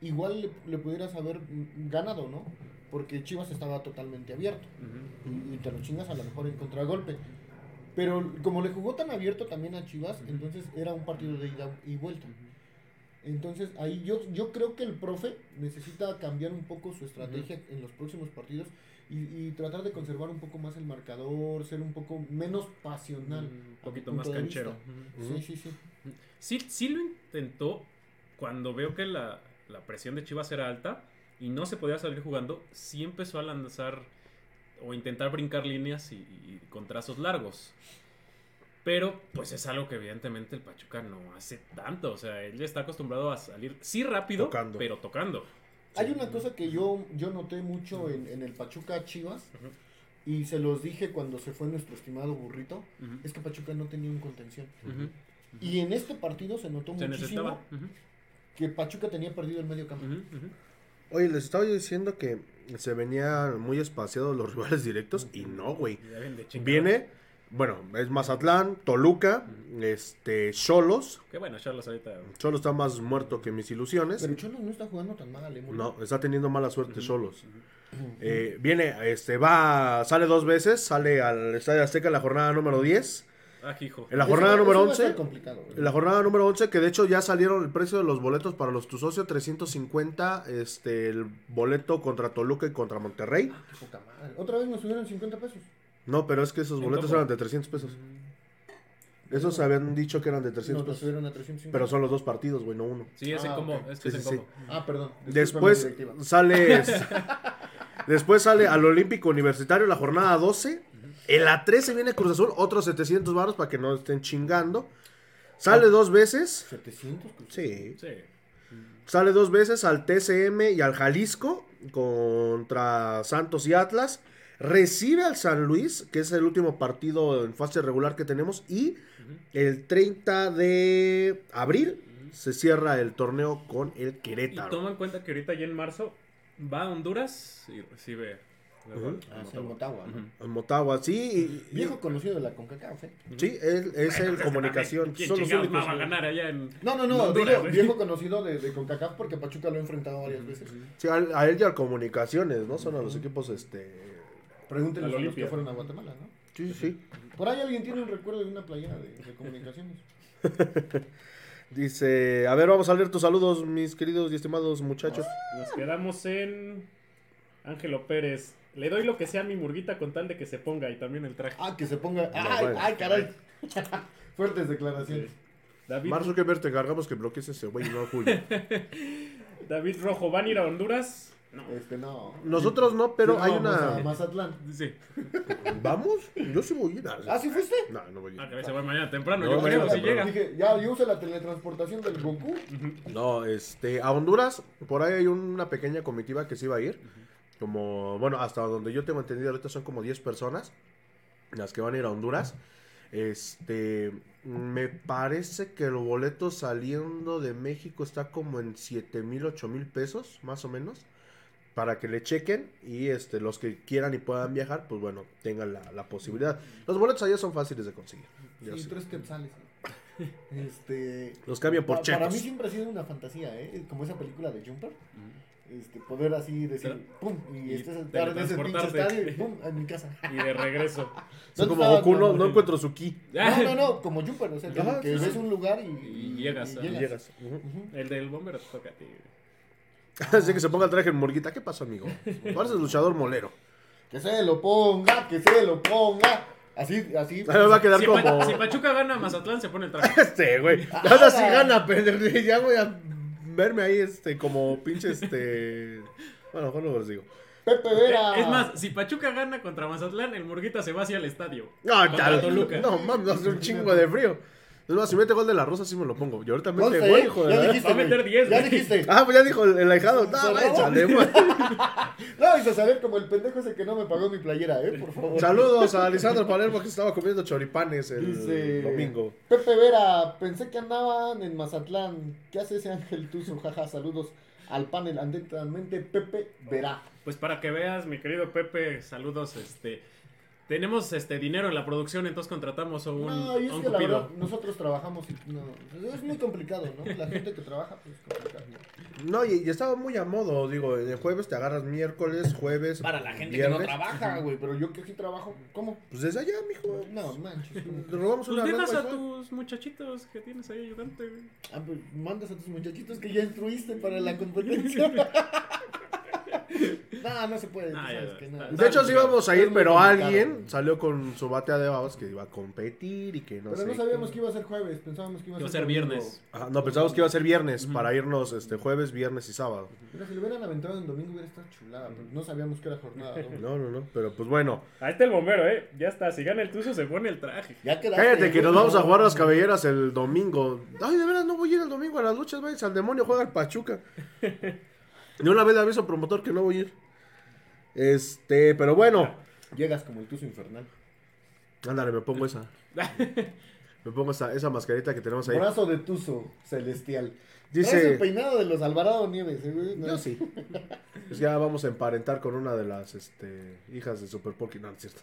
S3: igual le, le pudieras haber mm, ganado, ¿no? Porque Chivas estaba totalmente abierto
S2: Ujú.
S3: y, y te lo chingas a lo mejor en contragolpe. Pero como le jugó tan abierto también a Chivas, entonces era un partido de ida y vuelta. Entonces ahí yo, yo creo que el profe necesita cambiar un poco su estrategia en los próximos partidos y, y tratar de conservar un poco más el marcador, ser un poco menos pasional.
S2: Un
S3: a
S2: poquito
S3: mi
S2: más
S3: punto de
S2: canchero.
S3: vista.
S2: Ujú.
S1: Ujú.
S3: Sí, sí, sí.
S2: Sí, sí lo intentó cuando veo que la, la presión de Chivas era alta y no se podía salir jugando. Sí empezó a lanzar o intentar brincar líneas y, y- y con trazos largos. Pero pues es algo que evidentemente el Pachuca no hace tanto. O sea, él está acostumbrado a salir, sí rápido,
S1: Tocando.
S2: pero tocando.
S3: Hay una cosa que yo, yo noté mucho en, en el Pachuca Chivas
S2: Ujú.
S3: y se los dije cuando se fue nuestro estimado burrito,
S2: Ujú.
S3: es que Pachuca no tenía un contención.
S2: Ujú.
S3: Y en este partido se notó
S2: Se
S3: muchísimo
S2: necesitaba. Ujú.
S3: que Pachuca tenía perdido el medio campo.
S2: Ujú, ujú.
S1: Oye, les estaba yo diciendo que se venían muy espaciados los rivales directos y no, güey.
S2: Y ya ven de chingada.
S1: Viene, bueno, es Mazatlán, Toluca, este, Cholos.
S2: Qué bueno, Charlos ahorita.
S1: Cholos está más muerto que mis ilusiones.
S3: Pero Cholos no está jugando tan mal, ¿eh?
S1: No, está teniendo mala suerte solos. Eh, viene, este, va, sale dos veces, sale al Estadio Azteca en la jornada número 10.
S2: Ah, hijo.
S1: En la jornada número 11,
S3: Es complicado. güey.
S1: en la jornada número 11, que de hecho ya salieron el precio de los boletos para los tu socio, 350, este, el boleto contra Toluca y contra Monterrey.
S3: Puta madre. Otra vez nos subieron 50 pesos.
S1: No, pero es que esos
S2: En
S1: boletos
S2: Topo.
S1: eran de 300 pesos. Esos habían dicho que eran de
S3: Nos
S1: 300
S3: lo
S1: pesos.
S3: subieron a 350.
S1: Pero son los dos partidos, güey, no uno.
S2: Sí, es
S3: Ah,
S2: en combo.
S3: ok.
S2: Es que
S1: Sí,
S2: es
S1: sí,
S2: en
S1: sí.
S2: combo.
S3: Ah, perdón.
S1: Después
S3: disculpen la directiva.
S1: sale. es- después sale al Olímpico Universitario la jornada 12. En la 13 viene Cruz Azul, otros 700 varos para que no estén chingando. Sale dos veces.
S3: 700 cruz.
S1: Sí.
S2: Sí.
S1: Sale dos veces al TCM y al Jalisco contra Santos y Atlas. Recibe al San Luis, que es el último partido en fase regular que tenemos. Y el 30 de abril se cierra el torneo con el
S2: Y
S1: Querétaro.
S2: toma en cuenta que ahorita ya en marzo va a Honduras y recibe.
S1: Ujú.
S3: Ah, sí,
S2: Ujú.
S3: Motagua, ¿no?
S2: Ujú.
S1: En Motagua, sí. y- y-
S3: Viejo conocido de la CONCACAF, ¿eh?
S1: sí, él- es el comunicación.
S2: ¿Quién
S1: Son los
S2: chingados
S1: únicos.
S2: más va a ganar allá en.?
S3: No, no, no.
S2: Honduras,
S3: digo,
S2: güey.
S3: viejo conocido de, de CONCACAF porque Pachuca lo ha enfrentado varias veces.
S1: Sí, al- a, él y al comunicaciones, ¿no? Son a los equipos, este.
S3: Pregúntenle
S2: Al
S3: a los
S2: Olimpia.
S3: que fueron a Guatemala, ¿no?
S1: Sí, sí.
S3: Por ahí alguien tiene un recuerdo de una playera de, de comunicaciones.
S1: Dice, a ver, vamos a leer tus saludos, mis queridos y estimados muchachos.
S2: Ah,
S4: Nos quedamos en Ángelo Pérez. Le doy lo que sea a mi murguita con tal de que se ponga y también el traje.
S3: Ah, que se ponga.
S1: No,
S3: ¡Ay,
S1: bueno.
S3: ay, caray! Fuertes declaraciones.
S4: David,
S1: Marzo que ver, te cargamos que bloquees ese güey, no Julio.
S4: David Rojo, ¿van a ir a Honduras?
S3: Este, no.
S1: Nosotros no, pero
S3: Sí,
S1: hay
S3: vamos
S1: una.
S3: a Mazatlán.
S2: Sí.
S1: ¿Vamos? Yo sí voy a ir.
S3: ¿Ah,
S1: a-
S3: sí fuiste?
S1: No, no voy a
S2: Ah,
S1: ir.
S2: que se va mañana temprano,
S1: No,
S2: yo creo,
S1: mañana
S2: si llega.
S1: temprano.
S3: Dije, ya, yo uso la teletransportación del Goku.
S1: No, este, a Honduras, por ahí hay una pequeña comitiva que se iba a ir. Como, bueno, hasta donde yo tengo entendido, ahorita son como 10 personas las que van a ir a Honduras. Este, me parece que el boleto saliendo de México está como en 7 mil, 8 mil pesos, más o menos. Para que le chequen y este, los que quieran y puedan viajar, pues bueno, tengan la, la posibilidad. Los boletos allá son fáciles de conseguir. ya
S3: Sí,
S1: sé.
S3: tres quetzales. Este.
S1: Los cambian por
S3: pa- Para
S1: chetos.
S3: mí siempre ha sido una fantasía, ¿eh? Como esa película de Jumper. Este, poder así decir, pum, y,
S2: Y
S3: estés sentado en ese pinche
S2: teletransportarte.
S3: estadio y pum, en mi casa.
S2: Y de regreso.
S1: Son
S3: ¿Dónde
S1: como
S3: estaba
S1: Goku, no,
S3: tu-
S1: no encuentro su ki.
S3: No, no, no, como Jumper, o sea, que,
S1: Ajá,
S3: que
S1: sí,
S3: ves
S1: sí.
S3: un lugar y,
S2: Ah. Y llegas, ah,
S1: Y llegas. Ujú.
S3: Ujú.
S2: El del bombero te toca a ti.
S1: Así que se ponga el traje en morguita. ¿Qué pasó, amigo? Pareces luchador molero.
S3: Que se lo ponga, que se lo ponga. Así, así.
S1: Ahora va a quedar
S2: Si, Pa-
S1: como.
S2: si Pachuca gana, Mazatlán se pone el traje.
S1: Este, güey. Ahora sí gana, pero ya voy a verme ahí, este, como pinche, este. Bueno, mejor no los digo.
S3: Pepe Vera.
S2: Es más, si Pachuca gana contra Mazatlán, el Murguita se va hacia el estadio.
S1: No,
S2: Contra
S1: tal.
S2: Toluca.
S1: No, mames, hace un chingo de frío. Es más, si mete gol de la Rosa, sí me lo pongo. Yo ahorita mete
S3: Conste,
S1: gol,
S3: eh,
S1: hijo de
S3: ya
S1: la-
S3: dijiste,
S2: Va a meter
S3: güey.
S2: 10,
S3: Ya
S2: güey.
S3: dijiste.
S1: Ah, pues ya dijo el, el ahijado.
S3: Se
S1: No,
S3: robó.
S1: échale, güey.
S3: No, y a saber como el pendejo ese que no me pagó mi playera, ¿eh? Por favor.
S1: Saludos a Lisandro Palermo que estaba comiendo choripanes el
S3: Dice
S1: domingo.
S3: Pepe Vera, pensé que andaban en Mazatlán. ¿Qué hace ese Ángel Tuzo? Jaja, saludos al panel. Atentamente, Pepe Vera.
S2: Pues para que veas, mi querido Pepe, saludos, este... Tenemos este dinero en la producción, entonces contratamos a un,
S3: No, y
S2: a
S3: es
S2: un
S3: que la
S2: cupido.
S3: verdad, nosotros trabajamos y no, es muy complicado, ¿no? La gente que trabaja, pues es complicado.
S1: No, y, y estaba muy a modo. Digo, en el jueves te agarras miércoles, jueves.
S5: Para la gente que
S1: viernes.
S5: no trabaja,
S3: Ajá,
S5: güey.
S3: güey, pero yo que sí trabajo, ¿cómo?
S1: Pues desde allá, mijo.
S3: No, manches. güey.
S1: Te robamos
S2: Pues
S1: una red
S2: dejas a
S1: wifi.
S2: tus muchachitos que tienes ahí ayudante, güey.
S3: Ah, pues, mandas a tus muchachitos que ya instruiste para la competencia. no, no se puede, tú
S2: Ah, ya,
S3: sabes
S2: ya,
S3: que
S2: está-
S3: no.
S1: De hecho, sí íbamos a ir,
S3: Está muy
S1: pero
S3: complicado,
S1: alguien
S3: güey.
S1: salió con su batea de babas que iba a competir y que no
S3: Pero no
S1: sé
S3: sabíamos
S1: qué.
S3: que iba a ser jueves, pensábamos que iba a
S2: Que va
S3: ser,
S2: a ser
S3: domingo.
S2: viernes.
S1: Ajá, no, pensamos que iba a ser viernes para irnos este jueves, viernes y sábado.
S3: Pero si lo hubieran aventado en domingo hubiera estado chulada, pero no sabíamos que era jornada. doble.
S1: No, no, no, pero pues bueno.
S4: Ahí está el bombero, ¿eh? Ya está. Si gana el Tuzo, se pone el traje.
S3: Ya quedaste,
S1: Cállate que
S3: güey,
S1: nos vamos a
S3: no.
S1: jugar las cabelleras el domingo. Ay, de veras, no voy a ir el domingo a las luchas, váyanse al demonio, juega el Pachuca. De una vez le aviso al promotor que no voy a ir. Este, pero bueno.
S3: Llegas como el tuzo infernal.
S1: Ándale, me pongo esa. Me pongo esa, esa mascarita que tenemos ahí.
S3: Brazo de tuzo celestial. Dice... el
S1: Dice.
S3: peinado de los Alvarado Nieves, eh, güey. No.
S1: Yo sí. Pues ya vamos a emparentar con una de las este, hijas de Super Porky. No, no es cierto.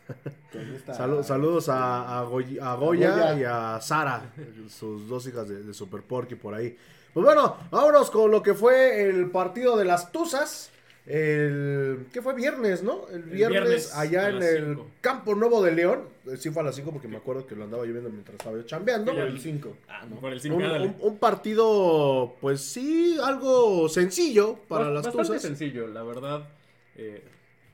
S3: Con esta-
S1: Salu- saludos a, a Goy- a Goya, y a Sara, sus dos hijas de, de Super Porky por ahí. Pues bueno, vámonos con lo que fue el partido de las Tuzas. El, ¿Qué fue? Viernes, ¿no? El viernes,
S2: viernes
S1: allá
S2: a
S1: en
S2: las
S1: el
S2: cinco.
S1: Campo Nuevo de León. Eh, Sí fue a las 5 porque me acuerdo que lo andaba lloviendo mientras estaba yo chambeando.
S2: Sí, ya
S3: El 5.
S5: Ah, no.
S2: Por el
S1: Un,
S2: 5
S1: un- un partido, pues sí, algo sencillo para
S2: Bast-
S1: las
S2: Bastante
S1: Tuzas.
S2: sencillo, la verdad. eh,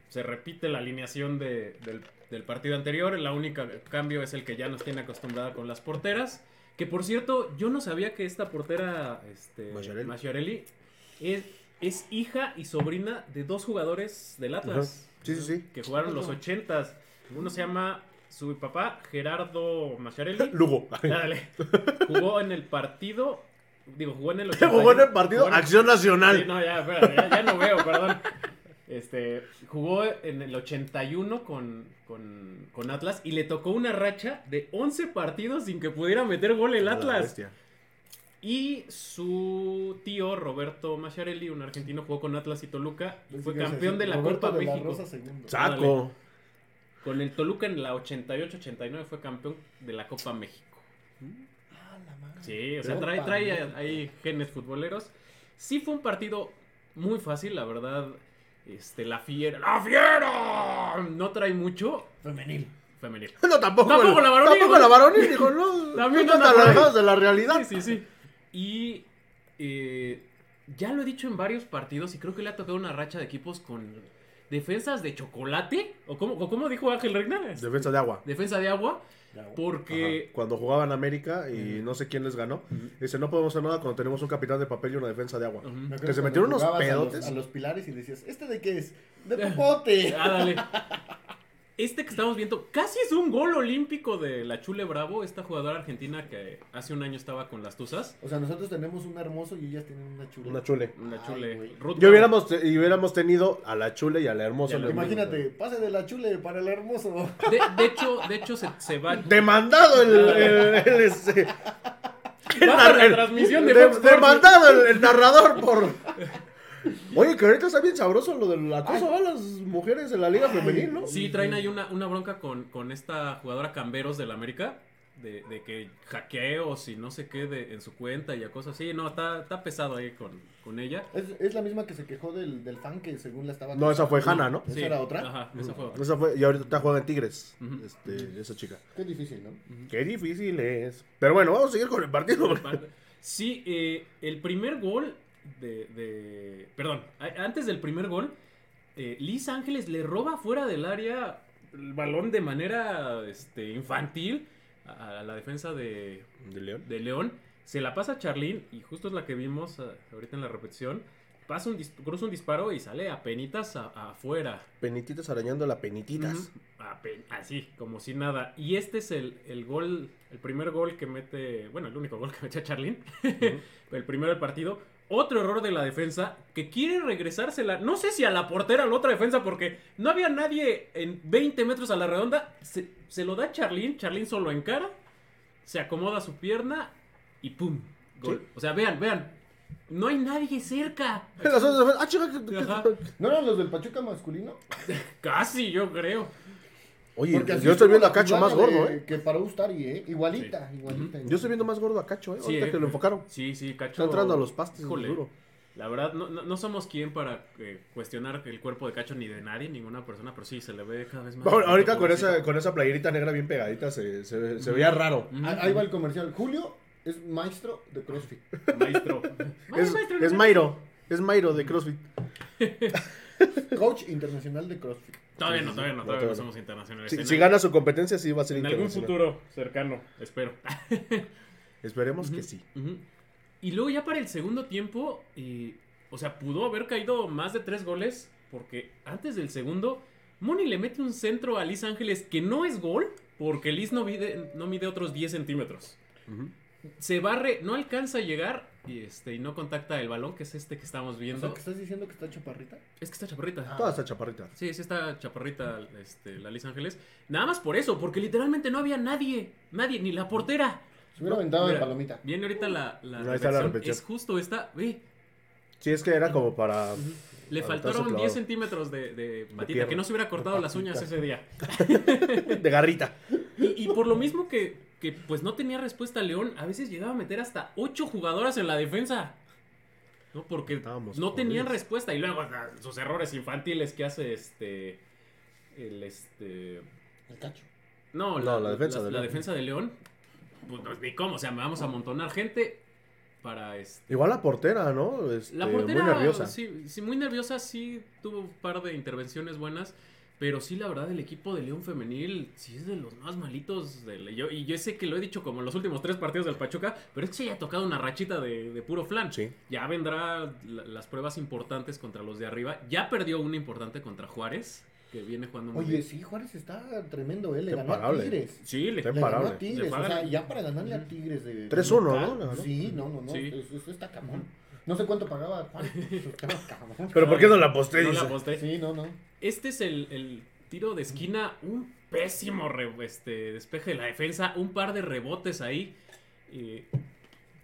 S2: se repite la alineación de- del, del partido anterior. La única cambio es el que ya nos tiene acostumbrada con las porteras. Que por cierto, yo no sabía que esta portera, este,
S1: Masciarelli.
S2: Masciarelli, es, es hija y sobrina de dos jugadores del Atlas.
S1: Ajá. Sí, sí, sí.
S2: Que jugaron los ochentas. Uno se llama su papá, Gerardo Masciarelli.
S1: Lugo.
S2: Dale. Jugó en el partido. Digo, jugó en el
S1: Jugó en el partido
S2: jugó en-
S1: Acción
S2: Sí,
S1: Nacional.
S2: no, ya, espérate, ya, ya no veo, perdón. Este, jugó en el 81 con, con, con Atlas y le tocó una racha de 11 partidos sin que pudiera meter gol el
S1: La
S2: Atlas.
S1: bestia.
S2: Y su tío Roberto Macharelli, un argentino, jugó con Atlas y Toluca y fue
S3: Sí, sí,
S2: campeón
S3: sí.
S2: de la
S3: Roberto
S2: Copa
S3: de la
S2: México.
S3: Rosa segundo.
S1: Saco.
S2: Con el Toluca en la 88-89 fue campeón de la Copa México.
S3: Ah, la madre.
S2: Sí, o sea,
S3: Copa
S2: trae, trae
S3: América.
S2: ahí genes futboleros. Sí fue un partido muy fácil, la verdad. Este, la fiera. ¡La fiera! No trae mucho
S5: Femenil.
S2: femenil.
S1: No, tampoco.
S2: Tampoco la varonil,
S1: Tampoco
S2: güey.
S1: la varonil, dijo, no.
S2: También
S1: no
S2: anda
S1: tan
S2: por ahí.
S1: alejados de la realidad.
S2: Sí, sí, sí. Y eh, ya lo he dicho en varios partidos y creo que le ha tocado una racha de equipos con defensas de chocolate. ¿O cómo, o cómo dijo Ángel Reina?
S1: Defensa de agua.
S2: Defensa de agua.
S1: Ajá.
S2: Porque.
S1: Cuando jugaban América y no sé quién les ganó, dice, no podemos hacer nada cuando tenemos un capitán de papel y una defensa de agua.
S2: Ujú.
S3: Me acuerdo
S1: Que se
S3: cuando
S1: metieron unos
S3: jugabas a los-
S1: pedotes.
S3: A los, pilares y decías, ¿este de qué es? De popote.
S2: Ah, dale. Este que estamos viendo casi es un gol olímpico de la Chule Bravo, esta jugadora argentina que hace un año estaba con las Tuzas.
S3: O sea, nosotros tenemos un hermoso y ellas tienen una chula.
S1: Una chule.
S2: La
S3: Ay,
S2: Chule.
S3: güey.
S2: Ruth
S1: Yo
S2: Bravo.
S1: hubiéramos, te- y hubiéramos tenido a la chule y a la hermosa.
S2: Y a la-
S3: Imagínate, pase de la chule para el hermoso.
S2: De, de hecho, de hecho se, se va.
S1: Demandado el, el- el- este,
S2: Baja
S1: el-
S2: la transmisión de
S1: de-
S2: Fox Sports.
S1: demandado el, el narrador por. Oye, que ahorita está bien sabroso lo del acoso a las mujeres de la liga femenil, ¿no?
S2: Sí, traen ahí una, una bronca con, con esta jugadora Camberos del América. De, de que hackeos y no sé qué de- en su cuenta y a cosas así. No, está, está pesado ahí con, con ella.
S3: Es, es la misma que se quejó del, del fan que según la estaba...
S1: No, esa fue Hanna, ¿no?
S3: ¿Esa era otra?
S2: Ajá, esa fue otra.
S1: Esa fue, y ahorita juega en Tigres,
S2: Ujú.
S1: este, esa chica.
S3: Qué difícil, ¿no?
S1: Qué difícil es. Pero bueno, vamos a seguir con el partido.
S2: Sí, eh, el primer gol de, de- Perdón, a- antes del primer gol, eh, Liz Ángeles le roba fuera del área el balón de manera este, infantil a, a la defensa de,
S1: ¿De León?
S2: de León. Se la pasa a Charlín y justo es la que vimos eh, ahorita en la repetición. pasa un dis- cruza un disparo y sale a penitas a- afuera.
S1: Penititas arañando la penititas.
S2: Ujú. Ape- Así, como si nada. Y este es el, el gol, el primer gol que mete, bueno, el único gol que mete a Charlín. el primero del partido. Otro error de la defensa que quiere regresársela, no sé si a la portera o a la otra defensa, porque no había nadie en 20 metros a la redonda. Se, se lo da Charlín, Charlín solo encara, se acomoda su pierna y ¡pum! Gol. O sea, vean, vean. No hay nadie cerca.
S1: Las otras defensas, ah, chinga, que- que-
S2: Ajá.
S3: ¿No eran los del Pachuca masculino?
S2: Casi, yo creo.
S1: Oye,
S3: así
S1: yo estoy
S3: estuvo
S1: viendo
S3: la
S1: a Cacho más
S3: jugada
S1: gordo,
S3: de-
S1: ¿eh?
S3: Que para Ustari, ¿eh? Igualita, igualita.
S1: Yo estoy viendo más gordo a Cacho, ¿eh?
S2: Sí,
S1: Ahorita
S2: eh.
S1: que lo enfocaron.
S2: Sí, sí, cacho.
S1: Está entrando a los pastes,
S2: Híjole.
S1: duro.
S2: La verdad, no, no, no somos quien para eh, cuestionar el cuerpo de Cacho ni de nadie, ninguna persona, pero sí, se le ve cada vez más.
S1: Ahor- Ahorita con
S2: pobrecito.
S1: esa, con esa playerita negra bien pegadita se, se, se veía raro.
S2: Ujú.
S3: Ah, Ahí va el comercial. Julio es maestro de CrossFit.
S2: Maestro. Ay,
S1: Es,
S2: maestro,
S1: es
S2: no-
S1: Mairo, es Mairo de CrossFit.
S3: Coach internacional de CrossFit.
S2: Todavía no, todavía no,
S1: No,
S2: todavía no
S1: todavía
S2: somos internacionales.
S1: Si,
S2: Pues En
S1: si
S2: al-
S1: gana su competencia, sí va a ser
S4: En algún
S1: internacional.
S4: futuro cercano.
S2: Espero.
S1: Esperemos que
S2: Ujú,
S1: sí.
S2: ujú. Y luego ya para el segundo tiempo, eh, o sea, pudo haber caído más de tres goles, porque antes del segundo, Moni le mete un centro a Liz Ángeles que no es gol, porque Liz no mide, no mide otros 10 centímetros.
S1: Ujú.
S2: Se barre, no alcanza a llegar y, este, y no contacta el balón, que es este que estamos
S3: O
S2: viendo.
S3: sea, que estás diciendo que está chaparrita?
S2: Es que está chaparrita.
S1: Toda esa chaparrita.
S2: Sí, sí está chaparrita este, la Liz Ángeles. Nada más por eso, porque literalmente no había nadie, nadie, ni la portera.
S3: Se hubiera aventado de
S2: Mira,
S3: palomita.
S2: Viene ahorita la, la
S1: Ahí está la
S2: repetición,
S1: repetición.
S2: Es justo esta, ve,
S1: Sí, es que era como para.
S2: Le
S1: Aventazo
S2: faltaron
S1: clavado.
S2: 10 centímetros de, de patita,
S1: pierna.
S2: que no se hubiera cortado las uñas ese día.
S1: de garrita.
S2: Y, y por lo mismo que, que, pues no tenía respuesta León, a veces llegaba a meter hasta 8 jugadoras en la defensa. ¿No? Porque
S1: Estábamos
S2: no tenían
S1: jodidos.
S2: respuesta. Y luego ah, sus errores infantiles que hace este. El este.
S3: El cacho.
S2: No,
S1: No, la defensa de
S2: la
S1: León.
S2: defensa de León. Pues no, ni cómo, o sea, me vamos a amontonar gente para este.
S1: Igual la portera, ¿no? Este,
S2: La portera,
S1: Muy nerviosa.
S2: Sí, sí, muy nerviosa, sí tuvo un par de intervenciones buenas, pero sí, la verdad, el equipo de León Femenil sí es de los más malitos. De la- yo, y yo sé que lo he dicho como en los últimos tres partidos del Pachuca, pero es que se ha tocado una rachita de, de puro flan.
S1: Sí.
S2: Ya vendrá la- las pruebas importantes contra los de arriba. Ya perdió una importante contra Juárez, que viene jugando muy
S3: Oye,
S2: bien.
S3: sí, Juárez está tremendo, ¿eh? Le
S1: Qué
S3: ganó a
S1: parable.
S3: Tigres.
S2: Sí, le-
S1: Está
S3: Le ganó a
S1: imparable.
S2: Le
S3: Tigres. O
S2: pagan-
S3: sea, ya para ganarle a Tigres de...
S1: 3-1, ¿no?
S3: local.
S1: Le ganó.
S3: Sí, no, no, no.
S2: Sí.
S3: Eso, eso está camón. No sé cuánto pagaba Juan. Eso está camón.
S1: Pero ¿por qué no la aposté?
S2: No la
S1: Dice.
S2: aposté.
S3: Sí, no, no.
S2: Este es el, el tiro de esquina, un pésimo re- este, despeje de la defensa, un par de rebotes ahí. eh,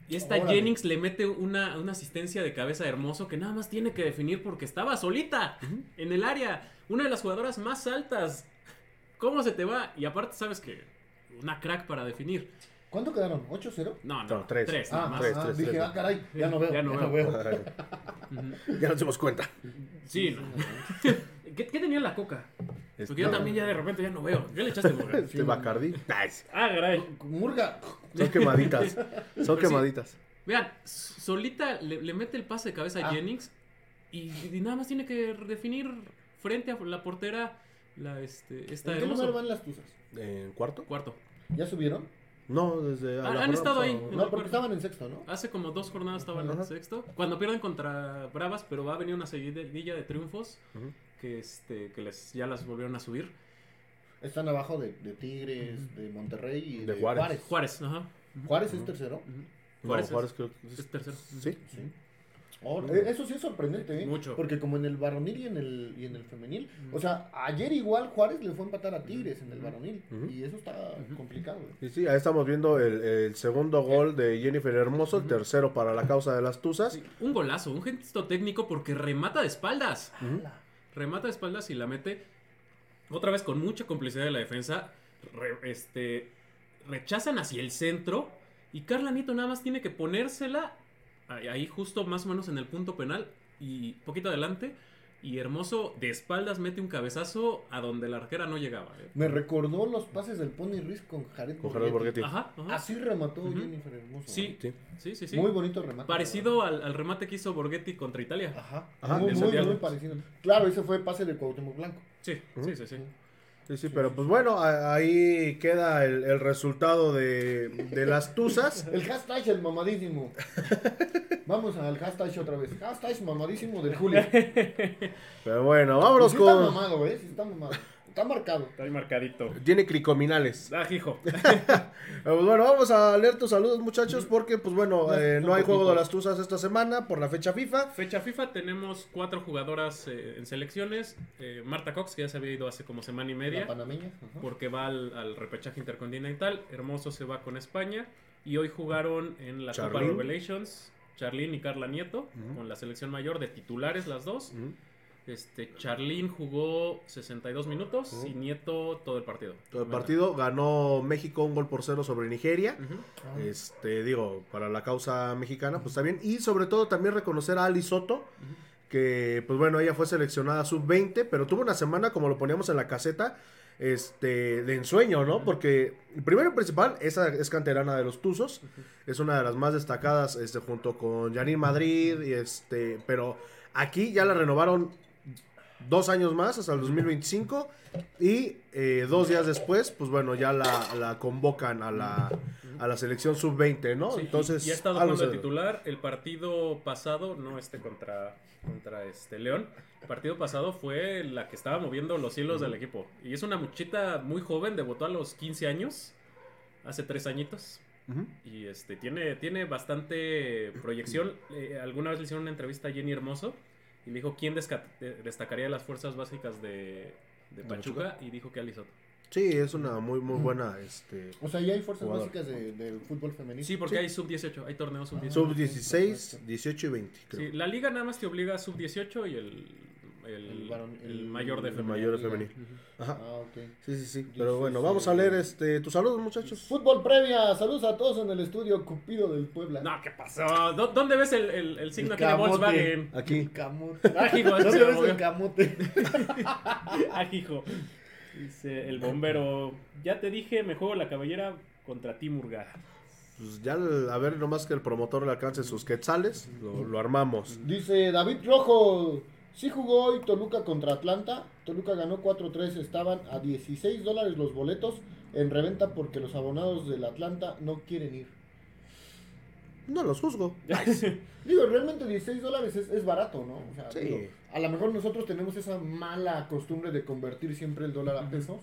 S2: y esta
S3: Órale.
S2: Jennings le mete una, una asistencia de cabeza hermoso que nada más tiene que definir porque estaba solita en el área. Una de las jugadoras más altas. ¿Cómo se te va? Y aparte, ¿sabes que Una crack para definir.
S3: ¿Cuánto quedaron? ¿8-0?
S2: No, no,
S1: No, tres.
S2: tres nada
S3: Ah,
S2: más.
S1: tres,
S3: ah,
S1: tres,
S3: dije,
S1: tres.
S3: ah, caray, ya no veo.
S2: Ya no veo. Ujú.
S1: ya nos dimos cuenta.
S2: Sí, no. ¿Qué, qué tenía la coca? Porque yo
S1: Este-
S2: también ya de repente ya no veo. ¿Qué le echaste, Morgan?
S1: Este Bacardí. Nice.
S4: Ah, caray.
S3: Murga.
S1: Son quemaditas. Son
S2: Pues sí.
S1: quemaditas.
S2: Vean, solita le, le mete el pase de cabeza a
S3: Ah.
S2: Jennings y, y nada más tiene que definir frente a la portera la este esta
S3: ¿En qué lugar
S2: hermoso
S3: van las tuzas?
S1: ¿En cuarto?
S2: cuarto.
S3: ¿Ya subieron?
S1: No, desde. a
S2: Ah,
S1: la
S2: han
S1: jornada
S2: estado
S1: pasada,
S2: ahí.
S1: ¿no?
S3: No, porque estaban en sexto, ¿no?
S2: Hace como dos jornadas estaba en el
S1: Ajá.
S2: sexto. Cuando pierden contra Bravas, pero va a venir una seguidilla de triunfos
S1: Ujú.
S2: que este que les ya las volvieron a subir.
S3: Están abajo de, de Tigres, de Monterrey y de,
S1: De Juárez.
S3: Juárez.
S2: Juárez, ajá. Ujú.
S3: Juárez es tercero.
S2: Ujú.
S1: No,
S2: Juárez es-
S1: Juárez creo que-
S2: es tercero.
S1: Sí.
S3: Sí. Ahora, eh, eso sí es sorprendente, ¿eh?
S2: Mucho.
S3: Porque como en el varonil y en el, y en el femenil. O sea, ayer igual Juárez le fue a empatar a Tigres en el varonil.
S1: Ujú.
S3: Y eso está complicado, ¿eh?
S1: Y sí, ahí estamos viendo el, el segundo gol de Jennifer Hermoso, el tercero para la causa de las Tuzas.
S2: Sí, Un golazo, un gesto técnico porque remata de espaldas.
S1: Ujú.
S2: remata de espaldas y la mete otra vez con mucha complicidad de la defensa. Re- este, rechazan hacia el centro y Carla Nieto nada más tiene que ponérsela ahí- ahí justo más o menos en el punto penal y poquito adelante. Y Hermoso de espaldas mete un cabezazo a donde la arquera no llegaba. ¿eh?
S3: Me recordó los pases del Pony Ruiz con Jared
S1: Con Jared Borghetti.
S2: Ajá,
S4: Ah,
S2: ajá.
S3: Así remató
S2: Ah. Ujú.
S3: Jennifer Hermoso.
S2: Sí,
S1: Sí.
S2: sí, sí,
S3: ¿eh?
S2: sí.
S3: Muy bonito remate.
S2: Parecido al, al remate que hizo Borghetti contra Italia.
S3: Ajá.
S1: Ajá,
S3: muy,
S2: de
S3: muy,
S2: Santiago.
S3: muy parecido. Claro, ese fue pase de Cuauhtémoc Blanco.
S2: Sí, sí, sí, sí.
S1: Sí, sí, pero pues bueno, a- ahí queda el, el resultado de, de las tuzas.
S3: El hashtag el mamadísimo. Vamos al hashtag otra vez. Hashtag mamadísimo del Julio.
S1: Pero bueno, vámonos
S3: Sí está
S1: con...
S3: mamado, ¿eh? Sí está mamado. Está marcado.
S4: Está ahí marcadito.
S1: Tiene cricominales.
S2: Ah, hijo.
S1: Eh, Pues bueno, vamos a leer tus saludos muchachos porque pues bueno,
S3: Gracias,
S1: eh, no hay
S3: tampoco.
S1: juego de las tuzas esta semana por la fecha FIFA.
S2: Fecha FIFA tenemos cuatro jugadoras eh, en selecciones. Eh, Marta Cox, que ya se había ido hace como semana y
S3: La
S2: media,
S3: panameña. ajá.
S2: porque va al, al repechaje intercontinental. Hermoso se va con España. Y hoy jugaron en la Copa
S1: Charlín.
S2: Revelations Charlene y Carla Nieto,
S1: Ujú.
S2: con la selección mayor de titulares las dos.
S1: Ujú.
S2: Este, Charlene jugó 62 minutos
S1: Ujú.
S2: y Nieto todo el partido.
S1: Todo el partido ganó México un gol por cero sobre Nigeria.
S2: Ujú.
S3: Ah.
S1: este digo para la causa mexicana pues también y sobre todo también reconocer a Ali Soto que pues bueno ella fue seleccionada sub 20 pero tuvo una semana como lo poníamos en la caseta este de ensueño no porque primero y principal esa es canterana de los Tuzos es una de las más destacadas este junto con Janine Madrid y este pero aquí ya la renovaron dos años más hasta el 2025 y eh, dos días después pues bueno ya la, la convocan a la a la selección sub 20 no
S2: Sí, y-
S1: entonces
S2: y ha estado
S1: algo
S2: jugando de
S1: se-
S2: titular el partido pasado, no este contra, contra este León. El partido pasado fue la que estaba moviendo los hilos del equipo. Y es una muchita muy joven, debutó a los 15 años, hace tres añitos.
S1: Ujú.
S2: Y este tiene, tiene bastante proyección. Eh, alguna vez le hicieron una entrevista a Jenny Hermoso y le dijo quién desca- eh, destacaría las fuerzas básicas de, de
S1: ¿De
S2: Pachuca y dijo que Alisson.
S1: sí es una muy muy buena este
S3: O sea, ya hay fuerzas
S1: Jugador.
S3: básicas de- del fútbol femenino.
S2: Sí, porque hay sub-18, hay torneos sub-18.
S1: sub 16 18 y 20 creo
S2: Sí, la liga nada más te obliga a sub-18 y el, el,
S3: El varón-
S2: el
S3: el-
S2: mayor de
S1: el
S2: femenil.
S1: mayor es femenil Ajá.
S3: Ah, ok.
S1: Sí, sí, sí.
S3: Dices,
S1: Pero bueno, vamos a
S3: eh,
S1: leer este tus saludos, muchachos.
S3: Fútbol previa. Saludos a todos en el estudio Cupido del Puebla.
S2: No, ¿qué pasó? ¿Dó- ¿Dónde ves el, el, el signo
S3: El
S2: aquí de
S3: camote.
S2: Volkswagen?
S1: Aquí.
S3: Camote.
S4: Ah, hijo,
S3: ¿Dónde
S4: se
S3: ves
S4: movió.
S3: el camote?
S4: Ah, hijo. Dice el bombero. Ya te dije, me juego la cabellera contra ti, Murga.
S1: Pues ya, el- a ver, nomás que el promotor le alcance sus quetzales, lo, lo armamos.
S3: Pues, Dice David Rojo. Sí jugó hoy Toluca contra Atlanta. Toluca ganó 4-3. Estaban a 16 dólares los boletos en reventa porque los abonados del Atlanta no quieren ir.
S1: No los juzgo.
S3: Digo, realmente 16 dólares es, es barato, ¿no? O sea,
S1: Sí.
S3: digo, a lo mejor nosotros tenemos esa mala costumbre de convertir siempre el dólar a pesos,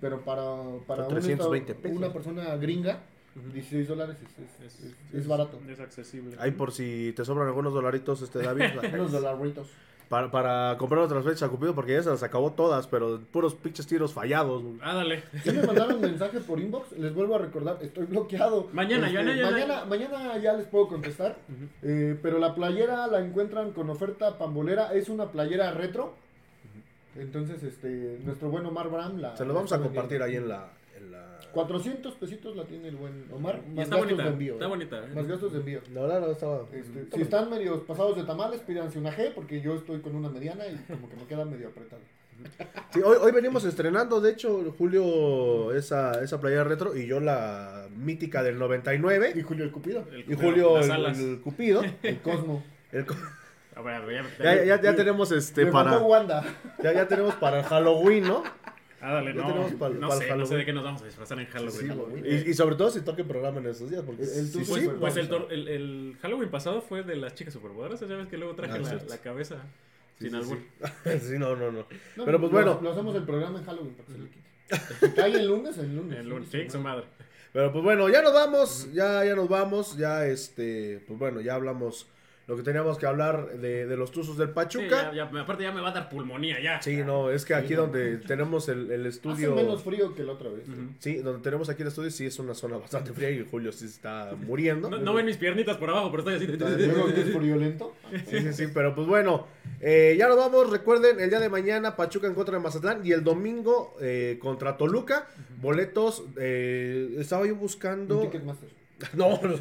S3: pero para, para
S1: Son
S3: un
S1: 320
S3: estado-
S1: pesos.
S3: una persona gringa,
S2: Ujú.
S3: 16 dólares es, es-
S2: Es-
S3: es- es barato.
S4: Es accesible.
S1: Ahí por si te sobran algunos dolaritos, este David. la-
S3: Unos dolaritos.
S1: para, para comprar otras fechas a Cupido, porque ya se las acabó todas, pero puros pinches tiros fallados.
S2: Ah, dale.
S3: Si me mandaron mensaje por inbox, les vuelvo a recordar, estoy bloqueado. Este,
S2: Mañana, ya, ya, ya.
S3: mañana, mañana ya les puedo contestar. Eh, pero la playera la encuentran con oferta pambolera, es una playera retro. Entonces, este, nuestro buen Omar Bram la.
S1: Se los vamos a
S3: la-
S1: compartir ahí en la. en la...
S3: 400 pesitos la tiene el buen Omar.
S2: Y
S3: Más
S2: está
S3: gastos
S2: bonita.
S3: de envío.
S2: Está
S3: ¿eh?
S2: bonita. ¿eh?
S3: Más gastos de envío.
S1: La verdad, no estaba.
S3: Este, si están medios pasados de tamales, pídanse una G porque yo estoy con una mediana y como que me queda medio apretado.
S1: Sí, hoy, hoy venimos estrenando, de hecho, Julio, esa, esa playera retro y yo la mítica del 99.
S3: Y Julio el Cupido,
S2: El
S1: Y
S2: cubero,
S1: Julio,
S2: las
S1: el,
S2: alas.
S1: el Cupido.
S3: el Cosmo.
S1: El co-
S2: A ver, ya,
S1: Ya, ya- ya tenemos este
S3: Me
S1: para
S3: mandó Wanda.
S1: ya, ya tenemos para el Halloween, ¿no?
S2: Ah, dale,
S1: Ya
S2: no.
S1: tenemos pa'l-
S2: no,
S1: pa'l
S2: sé, no
S1: Halloween.
S2: sé de qué nos vamos a disfrazar en Halloween.
S3: Sí, güey.
S1: Y, y sobre todo si toque programa en esos días, porque
S3: El- el
S1: sí,
S3: tuyo,
S1: sí,
S3: güey.
S2: Pues el,
S1: vamos
S2: tor- el, el Halloween pasado fue de las chicas superpoderosas, ya ves que luego traje
S1: Ah,
S2: la,
S1: cierto.
S2: la cabeza
S1: Sí,
S2: sin
S1: sí,
S2: albur.
S1: a- Sí, no, no, no.
S3: No,
S1: Pero pues
S3: lo-
S1: bueno.
S3: Lo hacemos el programa en Halloween para que se le quite. Si cae el lunes, el lunes. Este,
S2: El lunes, sí, su madre.
S1: Pero pues bueno, ya nos vamos, ya, ya nos vamos, ya este, pues bueno, ya hablamos lo que teníamos que hablar de, de los tuzos del
S2: Sí,
S1: Pachuca.
S2: ya, ya, aparte ya me va a dar pulmonía, ya.
S1: Sí, no, es que aquí
S3: no.
S1: donde tenemos el, el
S3: Hace
S1: estudio.
S3: menos frío que la otra vez.
S2: Ujú.
S1: Sí, donde tenemos aquí el estudio, sí es una zona bastante fría y Julio sí está muriendo.
S2: No, no ven mis piernitas por abajo, pero estoy
S1: Ah,
S2: así.
S3: Luego que es friolento.
S1: Sí, sí, sí, pero pues bueno, eh, ya nos vamos. Recuerden, el día de mañana Pachuca en contra de Mazatlán y el domingo eh, contra Toluca. Boletos, eh, estaba yo
S3: Un
S1: buscando.
S3: Ticketmaster.
S1: No, no,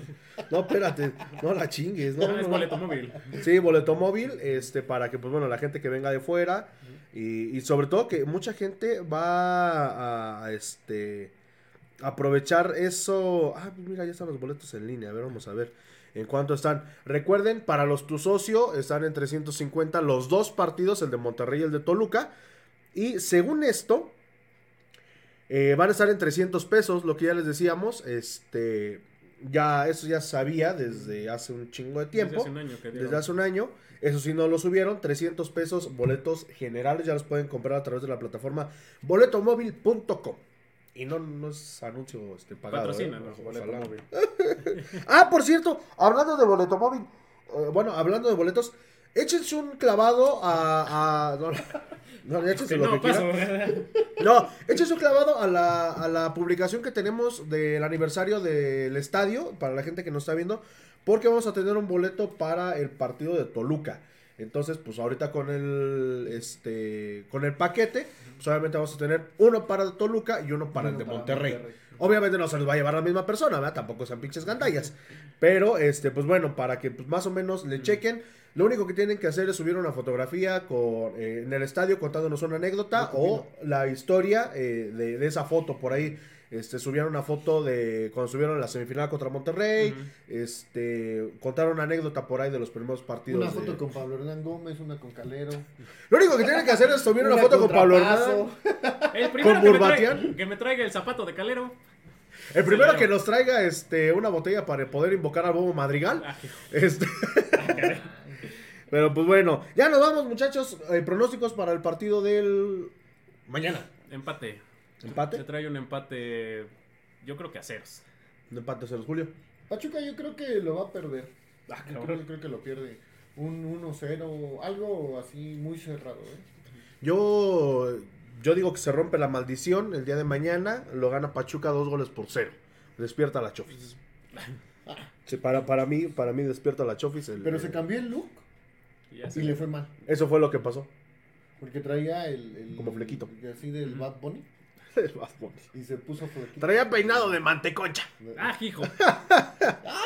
S1: no, espérate, no la chingues, no.
S2: Ah, es
S1: no,
S2: boleto móvil.
S1: no. Sí, boleto móvil, este, para que, pues bueno, la gente que venga de fuera y, y sobre todo que mucha gente va a, a, este, aprovechar eso. Ah, mira, ya están los boletos en línea, a ver, vamos a ver. ¿En cuánto están? Recuerden, para los tu socio están en 350 los dos partidos, el de Monterrey y el de Toluca. Y según esto, Eh, van a estar en 300 pesos, lo que ya les decíamos. Este, ya, eso ya sabía desde hace un chingo de tiempo.
S2: Desde hace un año que
S1: Desde hace un año. Eso sí, no lo subieron. 300 pesos, boletos generales. Ya los pueden comprar a través de la plataforma boletomóvil.com. Y no, no es anuncio este, pagado.
S2: Patrocina,
S1: ¿eh?
S2: ¿no?
S1: Ojalá. Ah, por cierto, hablando de boleto móvil. eh, bueno, hablando de boletos. Échense un clavado a. a- no, no, échense lo
S4: no,
S1: que quieran.
S4: paso.
S1: No, échense un clavado a la, a la publicación que tenemos del aniversario del estadio, para la gente que nos está viendo, porque vamos a tener un boleto para el partido de Toluca. Entonces, pues ahorita con el este con el paquete, pues obviamente vamos a tener uno para Toluca y uno para el de
S3: Para
S1: Monterrey. Obviamente no se los va a llevar la misma persona, ¿verdad? Tampoco sean pinches gandallas. Pero, este, pues bueno, para que pues, más o menos le chequen, lo único que tienen que hacer es subir una fotografía con, eh, en el estadio contándonos una anécdota o la historia eh, de, de esa foto por ahí. Este, subieron una foto de cuando subieron la semifinal contra Monterrey. Este, contaron una anécdota por ahí de los primeros partidos.
S3: Una
S1: de-
S3: foto con Pablo Hernán Gómez, una con Calero.
S1: Lo único que tienen que hacer es subir una,
S3: una
S1: foto con Pablo
S3: Trapazo.
S1: Hernández.
S4: El primero
S1: ¿Con
S4: que me,
S1: Burbatian?
S4: traiga, que me traiga el zapato de calero.
S1: El primero
S4: Sí,
S1: que
S4: claro.
S1: nos traiga este, una botella para poder invocar al Bobo Madrigal. Este- Pero pues bueno, ya nos vamos muchachos. Eh, pronósticos para el partido del... Mañana.
S2: Empate. Se
S1: ¿Empate?
S2: trae un empate, yo creo que a ceros.
S1: Un empate 0 Julio.
S3: Pachuca yo creo que lo va a perder.
S4: Ah,
S3: Yo
S4: cabrón.
S3: creo, creo que lo pierde. Un 1-0, algo así muy cerrado. ¿eh?
S1: Yo, yo digo que se rompe la maldición el día de mañana. Lo gana Pachuca dos goles por cero. Despierta la Chofis. Sí, para, para mí, para mí despierta la Chofis. el-
S3: Pero se cambió el look
S2: Y ya
S3: y
S2: se-
S3: le fue mal.
S1: Eso fue lo que pasó.
S3: Porque traía el. el-
S1: Como flequito.
S3: Así del Bad Bunny. Y se puso flequito.
S1: Traía peinado de manteconcha.
S4: Ah, hijo.
S3: ¡Ah,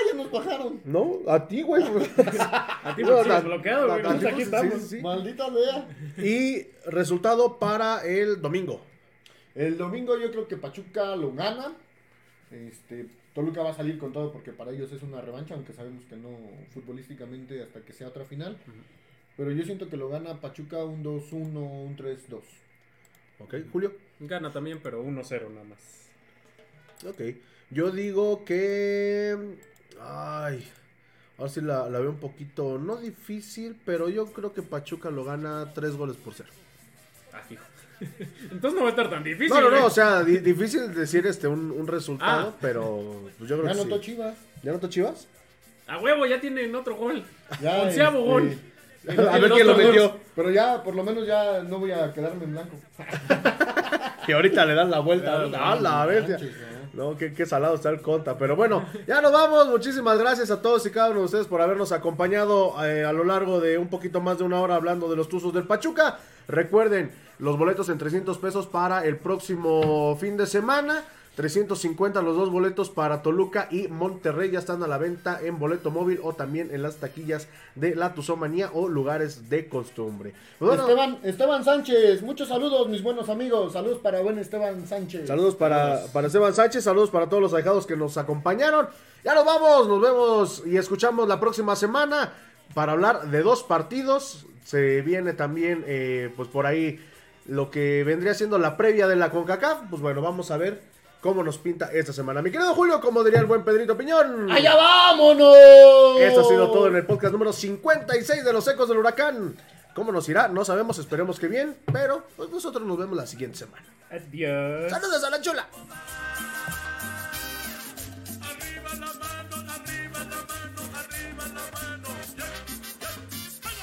S3: ya nos bajaron!
S1: No, a ti, güey.
S4: A ti
S1: No,
S4: me
S1: la-
S4: tienes bloqueado,
S1: la-
S4: güey.
S1: la-
S4: Pues
S1: la-
S4: aquí
S1: sí,
S4: estamos.
S1: sí, sí.
S3: ¡Maldita lea!
S1: Y resultado para el domingo.
S3: El domingo yo creo que Pachuca lo gana. Este, Toluca va a salir con todo porque para ellos es una revancha, aunque sabemos que no futbolísticamente hasta que sea otra final. Pero yo siento que lo gana Pachuca un 2-1, un 3-2.
S1: Ok, Julio.
S2: Gana también, pero uno.
S4: 1-0 nada más.
S1: Ok. Yo digo que. Ay. Ahora sí la, la veo un poquito. No difícil, pero yo creo que Pachuca lo gana tres goles por cero.
S2: Ah, hijo. Entonces no va a estar tan difícil.
S1: No, no, no.
S2: güey.
S1: O sea, di- difícil decir este un, un resultado,
S2: Ah.
S1: pero pues, yo creo
S3: Ya
S1: que.
S3: anotó
S1: sí.
S3: Chivas.
S1: ¿Ya notó Chivas?
S2: A huevo, ya tienen otro gol.
S3: Ya,
S2: Onceavo
S3: este,
S2: gol.
S1: A
S2: El
S1: ver
S2: otro
S1: quién lo
S2: gol.
S1: metió.
S3: Pero ya, por lo menos ya no voy a quedarme en blanco.
S1: Que ahorita le dan la vuelta.
S3: Ah,
S1: A la bestia.
S3: manches, ¿no?
S1: No, qué, qué salado está el conta. Pero bueno, ya nos vamos. Muchísimas gracias a todos y cada uno de ustedes por habernos acompañado eh, a lo largo de un poquito más de una hora hablando de los Tuzos del Pachuca. Recuerden, los boletos en 300 pesos para el próximo fin de semana. 350 los dos boletos para Toluca y Monterrey ya están a la venta en boleto móvil o también en las taquillas de la Tuzomanía o lugares de costumbre. Pues bueno,
S3: Esteban, Esteban Sánchez, muchos saludos, mis buenos amigos. Saludos para buen Esteban Sánchez.
S1: Saludos para, para Esteban Sánchez, saludos para todos los ahijados que nos acompañaron. Ya nos vamos, nos vemos y escuchamos la próxima semana para hablar de dos partidos. Se viene también, eh, pues por ahí, lo que vendría siendo la previa de la CONCACAF. Pues bueno, vamos a ver cómo nos pinta esta semana. Mi querido Julio, como diría el buen Pedrito Piñón.
S3: ¡Allá vámonos!
S1: Esto ha sido todo en el podcast número 56 de Los Ecos del Huracán. ¿Cómo nos irá? No sabemos, esperemos que bien, pero pues nosotros nos vemos la siguiente semana.
S4: Adiós.
S1: Saludos a la chula.
S5: Arriba la mano, arriba la mano, arriba la mano. Ya, ya, Córdoba.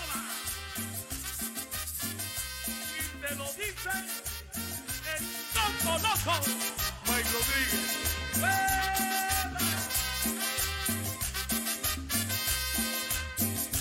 S5: Y te lo dice el tonto loco, Mike Rodríguez. ¡Eh!